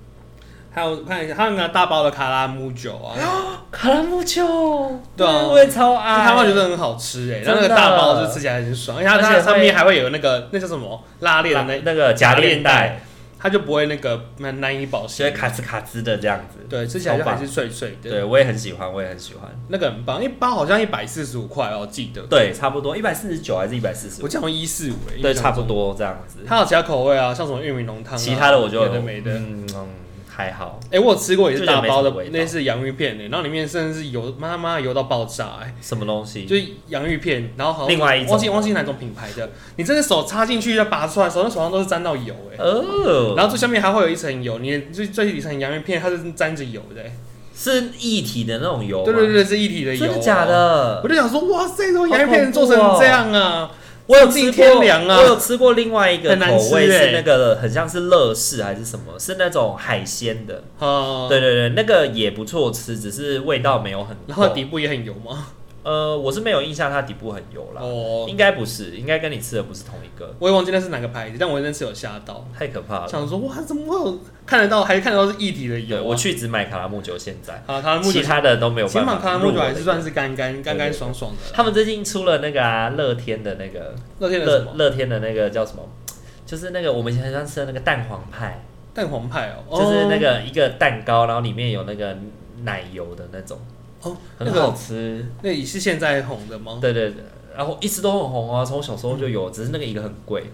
S2: 还有看一下，还有那个大包的卡拉木酒啊，
S1: 卡拉木丘，
S2: 对啊
S1: 我也超爱。
S2: 他会觉得很好吃哎、欸，然后那
S1: 真的
S2: 个大包就吃起来很爽，而且它
S1: 而且
S2: 它
S1: 会
S2: 上面还会有那个那叫什么拉链的
S1: 那那
S2: 那，
S1: 个夹链带，
S2: 它就不会那个难难以保
S1: 觉得
S2: 鲜。
S1: 卡兹卡兹的这样子。
S2: 对，吃起来就
S1: 超
S2: 还
S1: 棒
S2: 是脆脆的，
S1: 对，我也很喜欢，我也很喜欢。
S2: 那个很棒，一包好像一百四十五块哦，我记得。
S1: 对，差不多一百四十九还是一百四十
S2: 我？记得好像一四五哎，
S1: 对，
S2: 印象中
S1: 差不。多这样子。
S2: 它有其他口味啊，像什么玉米浓汤、啊，
S1: 其他的我就
S2: 有的没的。
S1: 嗯，嗯还好。
S2: 哎、我有吃过也是大包
S1: 就觉得没什么
S2: 的
S1: 味，道
S2: 那是洋芋片哎、然后里面甚至是油，妈妈油到爆炸哎、
S1: 什么东西？
S2: 就是洋芋片，然后好像
S1: 另外一种
S2: 忘记忘记哪种品牌的，你真的手插进去要拔出来的时候，手上手上都是沾到油哎、
S1: 哦，
S2: 然后最下面还会有一层油，你最最底层洋芋片它是沾着油的、哎
S1: 是一体的那种油吗。
S2: 对对对，是一体的油、哦
S1: 真的假？的？
S2: 我就想说，哇塞，这种洋芋
S1: 好恐
S2: 片
S1: 怖哦
S2: 做成这样啊！
S1: 我有吃
S2: 丧尽
S1: 过，
S2: 天良啊
S1: 我有吃过另外一个
S2: 很难
S1: 口味
S2: 吃欸
S1: 是那个很像是乐事还是什么，是那种海鲜的。
S2: 啊，
S1: 对对对，那个也不错吃，只是味道没有很够。
S2: 然后底部也很油嘛。
S1: 呃，我是没有印象它底部很油啦，
S2: 哦，
S1: 应该不是，应该跟你吃的不是同一个，
S2: 我也忘记那是哪个牌子，但我那次有吓到，
S1: 太可怕了。
S2: 想说哇，怎么会有看得到，还看得到是一体的油
S1: 对，
S2: 啊？
S1: 我去只买卡拉木酒，现在
S2: 啊，卡拉木
S1: 其
S2: 酒，
S1: 他的都没有
S2: 起
S1: 办
S2: 码
S1: 法。
S2: 卡拉木酒还是算。是干干干
S1: 对对
S2: 干
S1: 对
S2: 爽爽的啦。
S1: 他们最近出了那个啊，乐天的那个
S2: 那天的什
S1: 乐
S2: 么
S1: 乐天的那个叫什么？就是那个我们以前很喜欢吃的那个蛋黄派，
S2: 蛋黄派哦，
S1: 就是那
S2: 哦
S1: 个一个蛋糕，然后里面有那个奶油的那种，
S2: 哦，那
S1: 很好
S2: 个
S1: 吃。
S2: 哦那也是现在红的吗？
S1: 对对对，然后一直都很红啊，从小时候就有，只是那个一个很贵，
S2: 嗯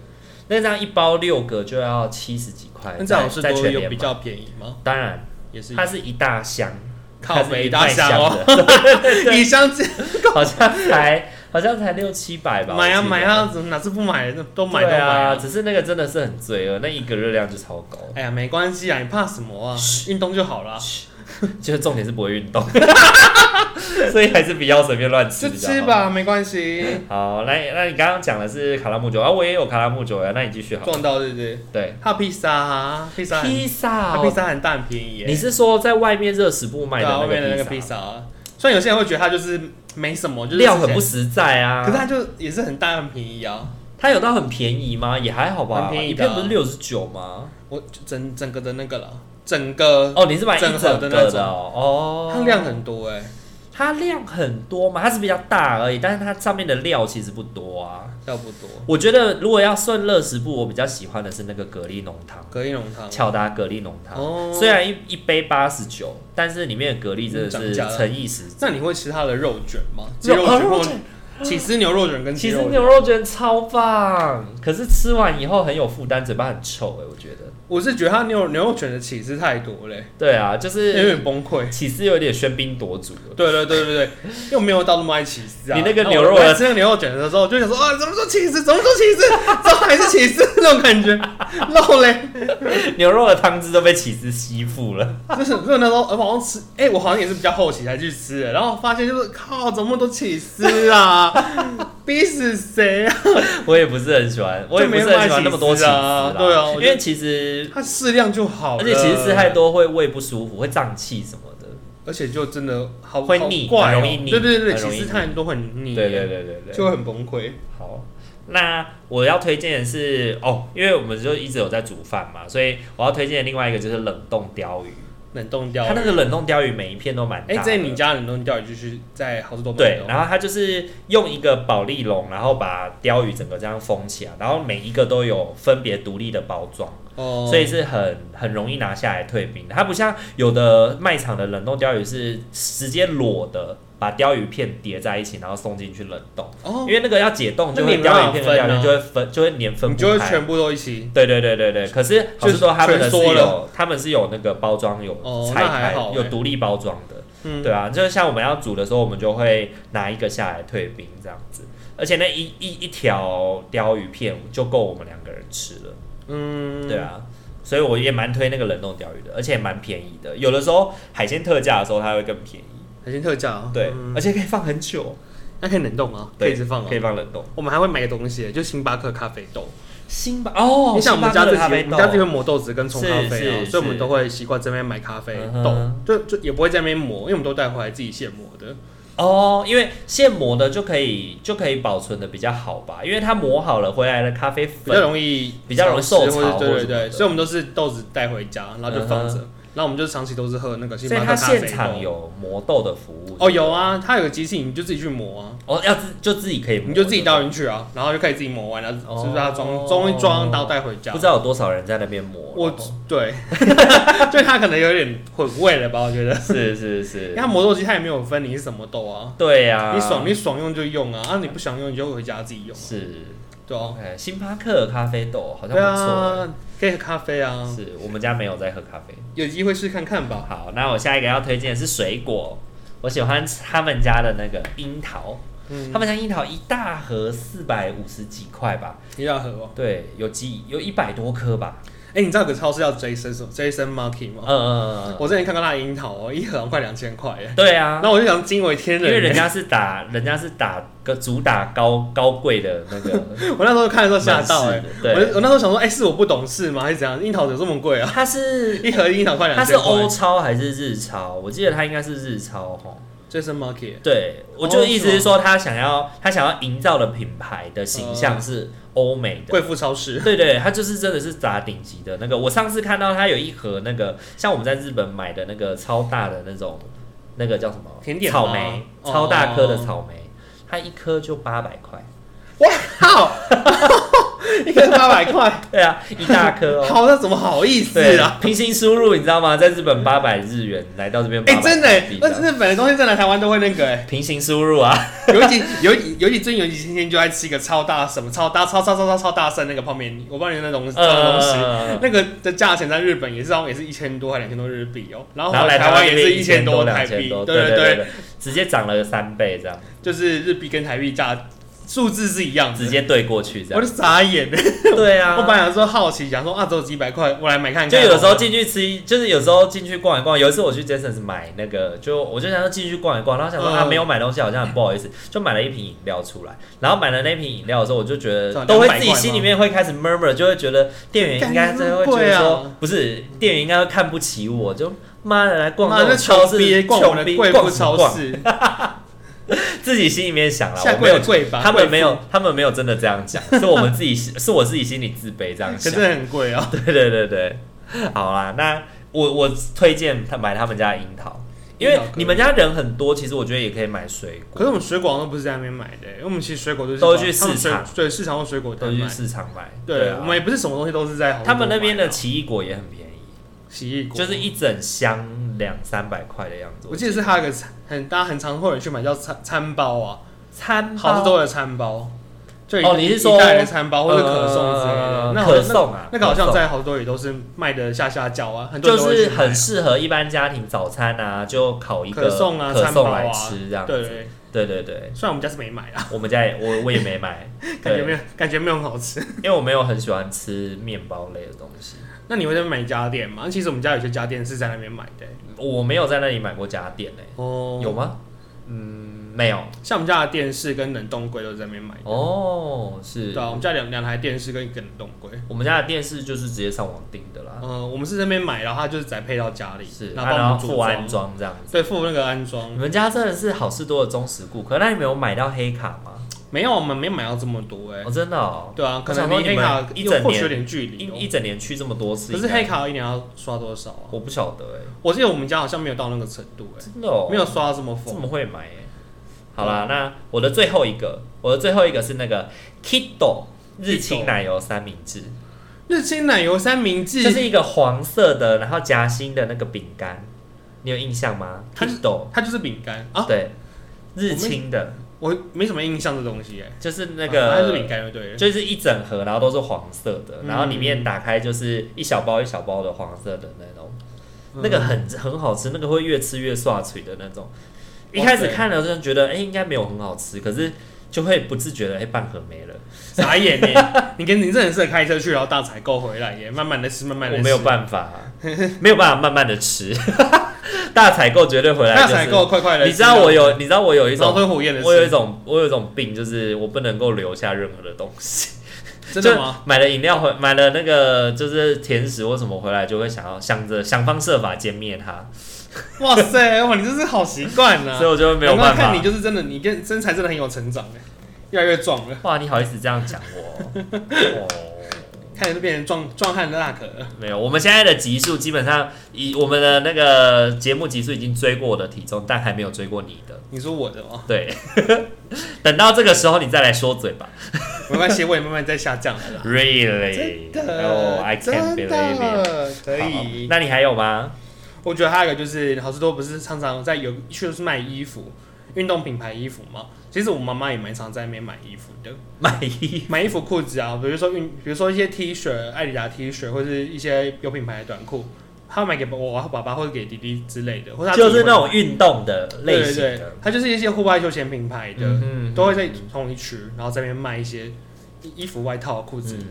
S1: 那这样一包六个就要七十几块，
S2: 那这
S1: 在
S2: 好是
S1: 在
S2: 多
S1: 全
S2: 有
S1: 联
S2: 比
S1: 嘛。
S2: 较便宜吗？
S1: 当然，
S2: 也是
S1: 它是一大箱，
S2: 靠
S1: 它是
S2: 北
S1: 一
S2: 一大
S1: 麦
S2: 箱
S1: 箱
S2: 哦
S1: 的，
S2: 你相信
S1: 好像才好像才六七百吧。
S2: 买
S1: 我
S2: 啊
S1: 记得
S2: 买，啊，怎么哪次不买那都买都
S1: 对
S2: 买
S1: 啊，
S2: 啊。
S1: 只是那个真的是很罪恶，那一个热量就超高，
S2: 哎呀，没关系啊，你怕什么啊？运动就好了，
S1: 就是重点是不会 运动， 所以还是不要随便乱吃
S2: 就
S1: 比较好。
S2: 吃吧，没关系。
S1: 好，那那你刚刚讲的是卡拉木酒啊，我也有卡拉木酒呀、那你继续好了。
S2: 撞到对不对？
S1: 对，
S2: 还有披萨啊，披萨很，
S1: 披萨
S2: 它
S1: 哦，
S2: 披萨很大很便宜耶。
S1: 你是说在外面热食部卖
S2: 啊对
S1: 的
S2: 啊，外面的那
S1: 那
S2: 个
S1: 个
S2: 披
S1: 披萨，
S2: 萨啊，虽然有些人会觉得它就是没什么，就是
S1: 料很不
S2: 吃
S1: 实在
S2: 起
S1: 啊。
S2: 来，可是它就也是很大很便宜啊。
S1: 它有到很便宜吗？也还好吧，
S2: 很便宜
S1: 一
S2: 的啊
S1: 片不是六十九吗？
S2: 我就整整个的那个了，整个
S1: 哦，你是买一整
S2: 整盒
S1: 个
S2: 的那种
S1: 的哦。哦，
S2: 它量很多哎，
S1: 它量很多嘛，它是比较大而已，但是它上面的料其实不多啊。
S2: 要不多，
S1: 我觉得如果要算乐食部，我比较喜欢的是那个蛤蜊浓汤，
S2: 隔一浓汤。
S1: 巧达蛤蜊浓汤。
S2: 哦
S1: 虽然一一杯八十九，但是里面的蛤蜊真的
S2: 嗯涨
S1: 是
S2: 价了
S1: 乘以十。
S2: 那你会吃它的肉卷吗？鸡
S1: 肉
S2: 肉
S1: 啊
S2: 卷
S1: 肉
S2: 或
S1: 卷
S2: 起司牛肉卷跟鸡
S1: 其
S2: 肉
S1: 实
S2: 卷
S1: 牛肉卷超棒，可是吃完以后很有负担，嘴巴很臭哎、我觉得。
S2: 我是觉得它牛牛肉卷的起司太多嘞、
S1: 对啊，就
S2: 有
S1: 是
S2: 点崩溃。
S1: 起司有点喧宾夺主了。
S2: 对对对对 对，又没有到那么爱起司啊。
S1: 你那个
S2: 然后
S1: 牛肉
S2: 我
S1: 的
S2: 吃那个牛肉卷的时候，就想说啊，怎么说起司，怎么说起司，怎么还是 起司那种感觉，肉嘞。
S1: 牛肉的汤汁都被起司吸附了。
S2: 就是所以那时候我好像吃，哎、我好像也是比较后期才去吃的，然后发现就是靠，怎么那么多起司啊， 逼死谁啊？
S1: 我也不是很喜欢，我也不是很喜欢那么多起司啦
S2: 就没有卖起司啊对啊我
S1: 因
S2: 觉得
S1: 为其实
S2: 它适量就好了，
S1: 而且其实吃太，多会胃不舒服，会胀气什么的。
S2: 而且就真的好
S1: 会
S2: 好
S1: 腻
S2: 怪哦
S1: 很容易腻
S2: 对对对，
S1: 很容易
S2: 起司
S1: 腻
S2: 太多很腻，
S1: 对对对对
S2: 嗯就
S1: 对。
S2: 会很崩溃。
S1: 好，那我要推荐的是哦，因为我们就一直有在煮饭嘛，所以我要推荐的另外一个就是冷冻鲷鱼。
S2: 冷冻掉
S1: 它那个冷冻鲷鱼每一片都蛮
S2: 哎、
S1: 大的。
S2: 在你家冷冻钓鱼就是在好事多买的
S1: 对
S2: 哦，
S1: 然后它就是用一个保丽龙，然后把鲷鱼整个这样封起来，然后每一个都有分别独立的包装，
S2: 哦，
S1: 所以是很很容易拿下来退冰的。它不像有的卖场的冷冻鲷鱼是直接裸的。把鲷鱼片叠在一起，然后送进去冷冻，因
S2: 哦，
S1: 为那个要解冻，就
S2: 那
S1: 会
S2: 你没办
S1: 鲷
S2: 法
S1: 鱼片跟鲷鱼
S2: 分啊
S1: 片就会分，就会粘分
S2: 你
S1: 不
S2: 就会
S1: 开。
S2: 全部都一起。
S1: 对对对对对，可是好是说他们的是
S2: 全
S1: 有
S2: 缩了，
S1: 他们是有那个包装有
S2: 哦
S1: 拆
S2: 那还
S1: 开，
S2: 好欸
S1: 有独立包装的，
S2: 嗯，
S1: 对啊，就是像我们要煮的时候，我们就会拿一个下来退冰这样子，而且那一一一条鲷鱼片就够我们两个人吃了，
S2: 嗯，
S1: 对啊，所以我也蛮推那个冷冻鲷鱼的，而且蛮便宜的，有的时候海鲜特价的时候它会更便宜，
S2: 海鲜特价哦。
S1: 对，
S2: 嗯
S1: 而且可以放很久，
S2: 那可以冷冻啊，可
S1: 对，
S2: 以一直放啊
S1: 可以。放冷冻。
S2: 我们还会买个东西，就星巴克咖啡豆。
S1: 星巴哦，
S2: 你想我们
S1: 星巴
S2: 家
S1: 克
S2: 自
S1: 的咖啡豆
S2: 己，我们家自己会磨豆子跟冲咖
S1: 是
S2: 啡啊
S1: 是，
S2: 所
S1: 是
S2: 以我们都会习惯这边买咖啡
S1: 嗯
S2: 豆
S1: 哼，
S2: 就就也不会在那边磨，因为我们都带回来自己现磨的。
S1: 哦，因为现磨的就可以就可以保存的比较好吧，因为它磨好了回来的咖啡
S2: 比较
S1: 粉，
S2: 容易
S1: 比较容易
S2: 潮湿
S1: 受
S2: 或者
S1: 潮
S2: 对
S1: 或
S2: 对
S1: 什么的
S2: 对，所以我们都是豆子带回家，然后就放着
S1: 嗯，
S2: 然后我们就长期都是喝那个星
S1: 所以
S2: 巴克
S1: 它
S2: 咖啡
S1: 现场
S2: 豆
S1: 有磨豆的服务。
S2: 哦有啊，它有个机器，你就自己去磨啊，
S1: 哦，要自就自己可以磨，
S2: 你就自己
S1: 对不
S2: 倒进去啊，然后就可以自己磨完，然
S1: 哦
S2: 后就是它装装一装，然后带回
S1: 对
S2: 家
S1: 不。知道有多少人在那边磨。
S2: 我
S1: 然后
S2: 对， 就它可能有点混味了吧，我觉得。
S1: 是是
S2: 因
S1: 是
S2: 为，它磨豆机它也没有分你是什么豆啊，
S1: 对呀、
S2: 你爽你爽用就用啊，啊你不想用你就回家自己用啊，
S1: 是
S2: 对啊，
S1: OK，星巴克咖啡豆好像
S2: 对
S1: 不错、欸
S2: 啊，可以喝咖啡啊，
S1: 是我们家没有在喝咖啡。
S2: 有机会试看看吧。
S1: 好，那我下一个要推荐的是水果，我喜欢他们家的那个樱桃，
S2: 嗯
S1: 他，们家樱桃一大盒四百五十几块吧，
S2: 你要喝哦。
S1: 对，有几有一百多颗吧，
S2: 哎、你知道有个超市叫 Jason 什么 Jason Markey
S1: 嗯
S2: 吗？
S1: 嗯嗯嗯
S2: 我之前看过他的樱桃哦，一盒好像快两千块耶
S1: 嗯，。对啊
S2: 然，后我就想惊为天
S1: 因
S2: 人耶，
S1: 为人家是打人家是打个主打高高贵的那个
S2: 我那时候看的时候吓到
S1: 门、
S2: 哎
S1: 市
S2: 我
S1: 对，
S2: 就我那时候想说，哎、是我不懂事吗？还是怎样？樱桃有这么贵啊？
S1: 它是
S2: 一盒樱桃快
S1: 它
S2: 两
S1: 是
S2: 千
S1: 欧
S2: 块。
S1: 超还是日超？我记得它应该是日超吼。
S2: Jason Markey，
S1: 对，我就意思哦是说，他想要他想要营造的品牌的形象是欧美的，
S2: 贵妇超市。
S1: 对对，他就是真的是砸顶级的那个。我上次看到他有一盒那个，像我们在日本买的那个超大的那种，那个叫什么
S2: 甜点吗
S1: 草莓，
S2: 哦
S1: 超大颗的草莓，它一颗就八百块。
S2: 好， 一个八百 块，
S1: 对啊，一大颗哦。
S2: 好，那怎么好意思
S1: 对
S2: 啊？，
S1: 平行输入你知道吗？在日本八百日元来到这边，
S2: 哎、真的、欸，那
S1: 的，
S2: 日本的东西再来台湾都会那个哎、
S1: 平行输入啊，
S2: 尤其尤其尤其最近有几天天就在吃一个超大什么超大超超超超超大盛那个泡面，我不知道你有那种那种东西，
S1: 呃，
S2: 那个的价钱在日本也是好像也是一千多还两千多日币哦， 然后
S1: 然后来
S2: 台湾
S1: 湾
S2: 也是
S1: 一
S2: 一千
S1: 多两
S2: 台币，
S1: 千
S2: 对
S1: 多，
S2: 对
S1: 对，对，直接涨了三倍这样，
S2: 就是日币跟台币价数字是一样的，
S1: 直接对过去这
S2: 我
S1: 样
S2: 就，傻眼，
S1: 对啊，
S2: 我本来想说好奇，想说啊只有几百块，我来买看看，
S1: 就有时候进去吃，就是有时候进去逛一逛。有一次我去 Jason's 买那个，就我就想要进去逛一逛，然后想说、
S2: 嗯
S1: 啊没有买东西，好像很不好意思，就买了一瓶饮料出来。然后买了那瓶饮料的时候，我就觉
S2: 这
S1: 得
S2: 样
S1: 都会
S2: 200
S1: 自己心里面会开始 murmur，就会觉得店员应该
S2: 干
S1: 真会觉
S2: 贵
S1: 得
S2: 啊
S1: 说，不是店员应该会看不起我，就妈的来逛
S2: 妈
S1: 这种
S2: 的
S1: 超
S2: 超
S1: 市，
S2: 市逛我的
S1: 穷逼
S2: 贵
S1: 逛
S2: 妇
S1: 什么
S2: 超
S1: 逛
S2: 市，
S1: 自己心里面想了，啊
S2: 下
S1: 我没有
S2: 跪。贵吧，
S1: 他
S2: 贵
S1: 们
S2: 妇
S1: 没有，他们没有真的这样讲，是我们自己，是我自己心里自卑这样
S2: 可
S1: 想。
S2: 真的很贵 哦。
S1: 对对对对，好啦，那我我推荐他买他们家的樱桃，因为
S2: 樱桃可以
S1: 你们家人很多，其实我觉得也可以买水
S2: 可是
S1: 果，
S2: 我们水果好像都不是在那边买的，因为我们其实水果都是
S1: 都去
S2: 他们
S1: 市场
S2: 水对市场或水果
S1: 都
S2: 摊
S1: 去
S2: 买。
S1: 市场买。
S2: 对，
S1: 啊
S2: 我们也不是什么东西都是在好
S1: 他们那边的
S2: 买啊
S1: 奇异果也很便宜，
S2: 奇异果，
S1: 就是一整箱两三百块的样子。
S2: 我记得是他有个餐很大家很常会有人去买叫餐餐包啊，
S1: 餐
S2: 好事
S1: 包
S2: 多的餐包，就一
S1: 哦你是说
S2: 一袋的餐包或者可颂之类
S1: 呃
S2: 的？那好
S1: 可
S2: 像那
S1: 颂啊，
S2: 那个好像
S1: 可颂。
S2: 在好事多也都是卖的下下脚啊，很多
S1: 就
S2: 人都会
S1: 是
S2: 去买啊
S1: 很适合一般家庭早餐啊，就烤一个
S2: 可颂啊
S1: 可
S2: 餐包
S1: 颂
S2: 啊
S1: 来吃这样
S2: 对
S1: 子。
S2: 对，
S1: 对对对，
S2: 虽然我们家是没买啊，，
S1: 我们家也我我也没买
S2: 感觉
S1: 对
S2: 没有感觉没有很好吃。
S1: 因为我没有很喜欢吃面包类的东西，
S2: 那你会在那边买家电吗？其实我们家有些家电是在那边买的欸
S1: 我没有在那里买过家电欸诶、
S2: 哦
S1: 有吗？嗯，没有。
S2: 像我们家的电视跟冷冻柜都是在那边买的。
S1: 哦，是
S2: 对啊，我们家两两台电视跟一个冷冻柜。
S1: 我们家的电视就是直接上网订的啦，
S2: 嗯，我们是这边买，然后他就是再配到家里，
S1: 啊是，啊
S2: 然后帮
S1: 然
S2: 我
S1: 后
S2: 们组
S1: 付安
S2: 装，
S1: 装这样子。
S2: 对，付那个安
S1: 你
S2: 装。
S1: 们家真的是好事多的忠实顾客，那你们有买到黑卡吗？
S2: 没有，我们没买到这么多哎、
S1: 哦，真的哦，
S2: 对啊，可能
S1: 我想说
S2: 离
S1: 你们
S2: 黑卡
S1: 一整
S2: 或许
S1: 年
S2: 有点距
S1: 一
S2: 离、
S1: 一
S2: 哦。
S1: 整年去这么多次，
S2: 可是黑，卡一年要刷多少啊？
S1: 我不晓得哎、
S2: 我记得我们家好像没有到那个程度哎、
S1: 真的哦，
S2: 没有啊刷到这么
S1: 这
S2: 疯。
S1: 么会买哎、好啦，那我的最后一个，我的最后一个是那个 Kiddo 日清奶油三明治。
S2: 日清奶油三明治，
S1: 就是一个黄色的，然后夹心的那个饼干，你有印象吗
S2: 它是
S1: ？Kido，
S2: 它就是饼干啊，
S1: 对，日清的，
S2: 我没什么印象这东西哎、
S1: 就是那
S2: 啊它是
S1: 个
S2: 饼干就对了。
S1: 就是一整盒，然后都是黄色的，
S2: 嗯
S1: 然后里面打开就是一小包一小包的黄色的那种，
S2: 嗯
S1: 那个很很好吃，那个会越吃越刷嘴的那种。一开始
S2: 哇塞
S1: 看了就觉得，哎、应该没有很好吃，可是就会不自觉的，哎、半盒没了，
S2: 傻 眼哎！你跟你真的很适合开车去，然后大采购回来耶，慢慢的吃，慢慢
S1: 我
S2: 的吃。
S1: 没有办法，没有办法慢慢的吃， 大采购绝对回来、就
S2: 大
S1: 是。
S2: 采购快啊快的。哦
S1: 你知道我有，你知道我有一
S2: 然后
S1: 种，
S2: 吞火焰的吃，
S1: 我有一种，我有一种病，就是我不能够留下任何的东西。
S2: 真的
S1: 就
S2: 吗？
S1: 买了饮料回，买了那个就是甜食或什么回来，就会想要想着想方设法歼灭它，
S2: 哇塞，哇，你真是好习惯啊
S1: 所以
S2: 呐！
S1: 我就没有
S2: 难怪
S1: 办法。
S2: 看你就是真的，你跟身材真的很有成长哎，越来越壮了，
S1: 哇，你好意思这样讲我？ 哦，
S2: 看着就变成壮壮汉的大可了。
S1: 没有，我们现在的集数基本上以我们的那个节目集数已经追过我的体重，但还没有追过你的。
S2: 你说我的哦，
S1: 对， 等到这个时候你再来说嘴吧。
S2: 没关系，我也慢慢在下 降了啦。
S1: Really？
S2: 真的
S1: 哦、i can't
S2: 真
S1: believe it。
S2: 的可
S1: 好
S2: 以。
S1: 那你还有 吗？
S2: 我觉得还有一个就是好事多不是常常在有去就是卖衣服，运动品牌衣服嘛。其实我妈妈也蛮常在那边买衣服 的，
S1: 买衣
S2: 买衣服、裤子啊，比如说运，比如说一些 T 恤、艾迪达 T 恤，或是一些有品牌的短裤，她买给我爸爸或者给弟弟之类的，或者她
S1: 就
S2: 自己
S1: 是
S2: 会
S1: 那种运动的类型
S2: 对对对
S1: 的，，
S2: 它就是一些户外休闲品牌的，
S1: 嗯
S2: 都会在同一区，然后在那边卖一些衣服、外套、裤子。
S1: 嗯。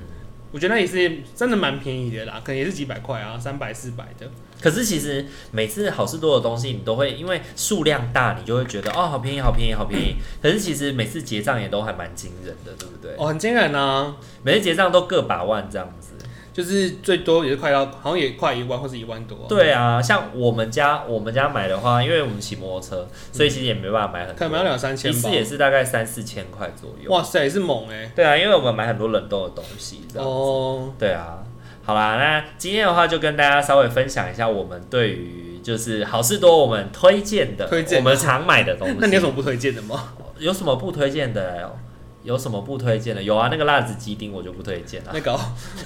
S2: 我觉得那也是真的蛮便宜的啦，可能也是几百块啊，三百、四百的。
S1: 可是其实每次好事多的东西，你都会因为数量大，你就会觉得哦，好便宜，好便宜，好便宜。可是其实每次结账也都还蛮惊人的，对不对？
S2: 哦，很惊人啊！
S1: 每次结账都个把万这样子。
S2: 就是最多也是快要，好像也快一万或是一万多、啊。，
S1: 对啊，像我们家我们家买的话，因为我们骑摩托车，所以其实也没办法买很
S2: 嗯可
S1: 多，
S2: 能要两三千
S1: 一
S2: 吧
S1: 次。也是大概三四千块左右。
S2: 哇塞，是猛哎、
S1: 对啊，因为我们买很多冷冻的东西，这样
S2: 哦，
S1: 对啊，好啦，那今天的话就跟大家稍微分享一下我们对于就是好事多我们推荐的，
S2: 推荐
S1: 我们常买的东西。
S2: 那你有什么不推荐 的吗？
S1: 有什么不推荐的？有什么不推荐的？有啊，那个辣子鸡丁我就不推荐了。
S2: 那个哦、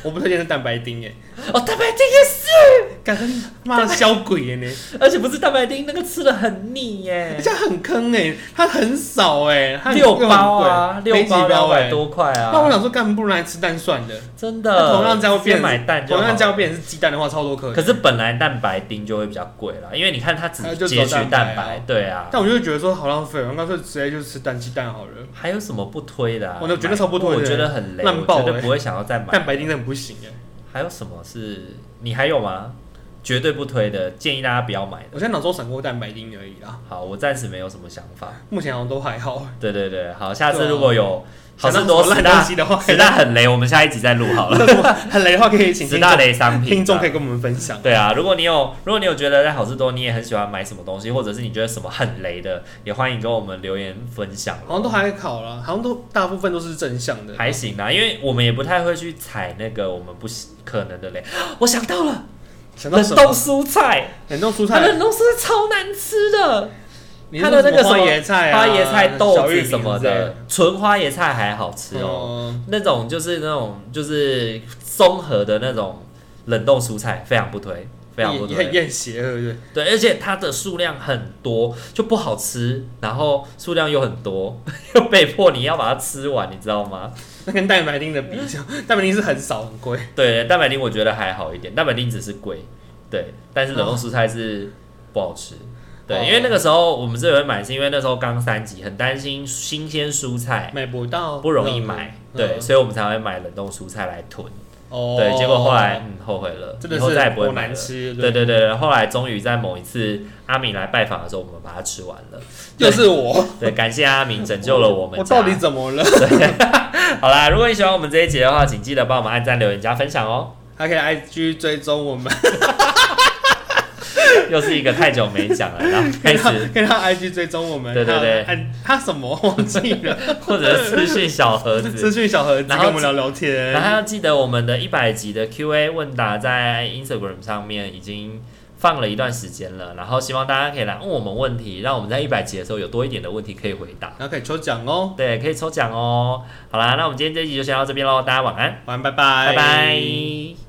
S2: 我不推荐是蛋白丁哎、
S1: 哦，蛋白丁也是，
S2: 感觉妈的小鬼欸耶、呢，
S1: 而且不是蛋白丁，那个吃的很腻耶
S2: 而，且很坑哎、它很少哎、它很
S1: 六包啊，
S2: 又
S1: 六
S2: 很贵没几
S1: 包两
S2: 包
S1: 百
S2: 哎、
S1: 多块
S2: 那我
S1: 啊，
S2: 想说，干不如来吃蛋算的。
S1: 真
S2: 那
S1: 的。
S2: 同样价会变
S1: 直接买蛋就好
S2: 同样价会变成是鸡蛋的话，超多颗。
S1: 可是本来蛋白丁就会比较贵啦，因为你看它只
S2: 它就只
S1: 截
S2: 有
S1: 取
S2: 蛋白
S1: 蛋
S2: 啊
S1: 白，对啊。
S2: 但我就会觉得说好浪费，我哦干脆直接就吃蛋鸡蛋好了。
S1: 还有什么不推的、啊？
S2: 我都觉得超不推的
S1: 我觉得很累，
S2: 烂爆
S1: 我绝
S2: 欸
S1: 对不会想要再买。
S2: 蛋白丁真的不行哎、
S1: 还有什么是你还有吗？绝对不推的，建议大家不要买的。
S2: 我现在脑中闪过蛋白丁而已啦，
S1: 好，我暂时没有什么想法。
S2: 目前好像都还好。
S1: 对对对，好，下次
S2: 对啊
S1: 如果有好事
S2: 想
S1: 多
S2: 到什么
S1: 十
S2: 烂东
S1: 大
S2: 西的话，
S1: 十大很雷，我们下一集再录好了。
S2: 那什 么很雷的话，可以 请
S1: 十
S2: 听
S1: 大
S2: 众
S1: 雷商品，啊
S2: 听众可以跟我们分享。
S1: 对啊，如果你有，如果你有觉得在好事多你也很喜欢买什么东西，或者是你觉得什么很雷的，也欢迎跟我们留言分享。
S2: 好像都还好啦，好像都大部分都是正向的。
S1: 还行啦，因为我们也不太会去踩那个我们不喜可能的雷。我想到了，
S2: 想哦到
S1: 冷
S2: 什
S1: 冻
S2: 么？
S1: 蔬菜，
S2: 冷冻蔬
S1: 它
S2: 菜，
S1: 冷冻蔬菜超难吃的，
S2: 你
S1: 它的那个什
S2: 花
S1: 么
S2: 椰菜啊、
S1: 花椰菜、豆
S2: 小玉
S1: 子
S2: 米
S1: 什么
S2: 之类
S1: 的，纯花椰菜还好吃哦。
S2: 嗯
S1: 那种就是那种就是综合的那种冷冻蔬菜，非常不推，非常不
S2: 也也很
S1: 推。
S2: 厌邪恶，对不对？
S1: 对，而且它的数量很多，就不好吃，然后数量又很多， 又被迫你要把它吃完，你知道吗？
S2: 那跟蛋白丁的比较， 蛋白丁是很少很贵。
S1: 对，蛋白丁我觉得还好一点，蛋白丁只是贵，对，但是冷冻蔬菜是不好吃。对，
S2: 哦
S1: 因为那个时候我们这回买，是因为那时候刚三级，很担心新鲜蔬菜
S2: 买不到，
S1: 不容易买，对，
S2: 嗯
S1: 所以我们才会买冷冻蔬菜来囤。
S2: 哦，
S1: 对，结果后来嗯后悔了，
S2: 真的
S1: 以后
S2: 是
S1: 再也不会
S2: 多
S1: 买了
S2: 难。吃，
S1: 对对对，后来终于在某一次阿敏来拜访的时候，我们把它吃完了。
S2: 又是我，
S1: 对，感谢阿敏拯救了我们
S2: 我
S1: 家
S2: 到底怎么了？
S1: 好啦，如果你喜欢我们这一集的话，请记得帮我们按赞、留言、加分享哦。
S2: 还可以 IG 追踪我们，
S1: 又是一个太久没讲了，然后
S2: 可以
S1: 开
S2: 让
S1: 始
S2: 可以让 IG 追踪我们，
S1: 对对对
S2: 还有按他什么忘记了，
S1: 或者私讯小盒
S2: 资
S1: 子。
S2: 讯小盒子
S1: 然
S2: 跟
S1: 后
S2: 我们聊聊
S1: 然后
S2: 天，
S1: 要记得我们的一百集的 Q&A 问答在 Instagram 上面已经放了一段时间了，然后希望大家可以来问我们问题，让我们在一百集的时候有多一点的问题可以回答。
S2: 然后可以抽奖哦，
S1: 对，可以抽奖哦。好啦，那我们今天这一集就先到这边喽，大家晚安，
S2: 晚安，拜拜，
S1: 拜拜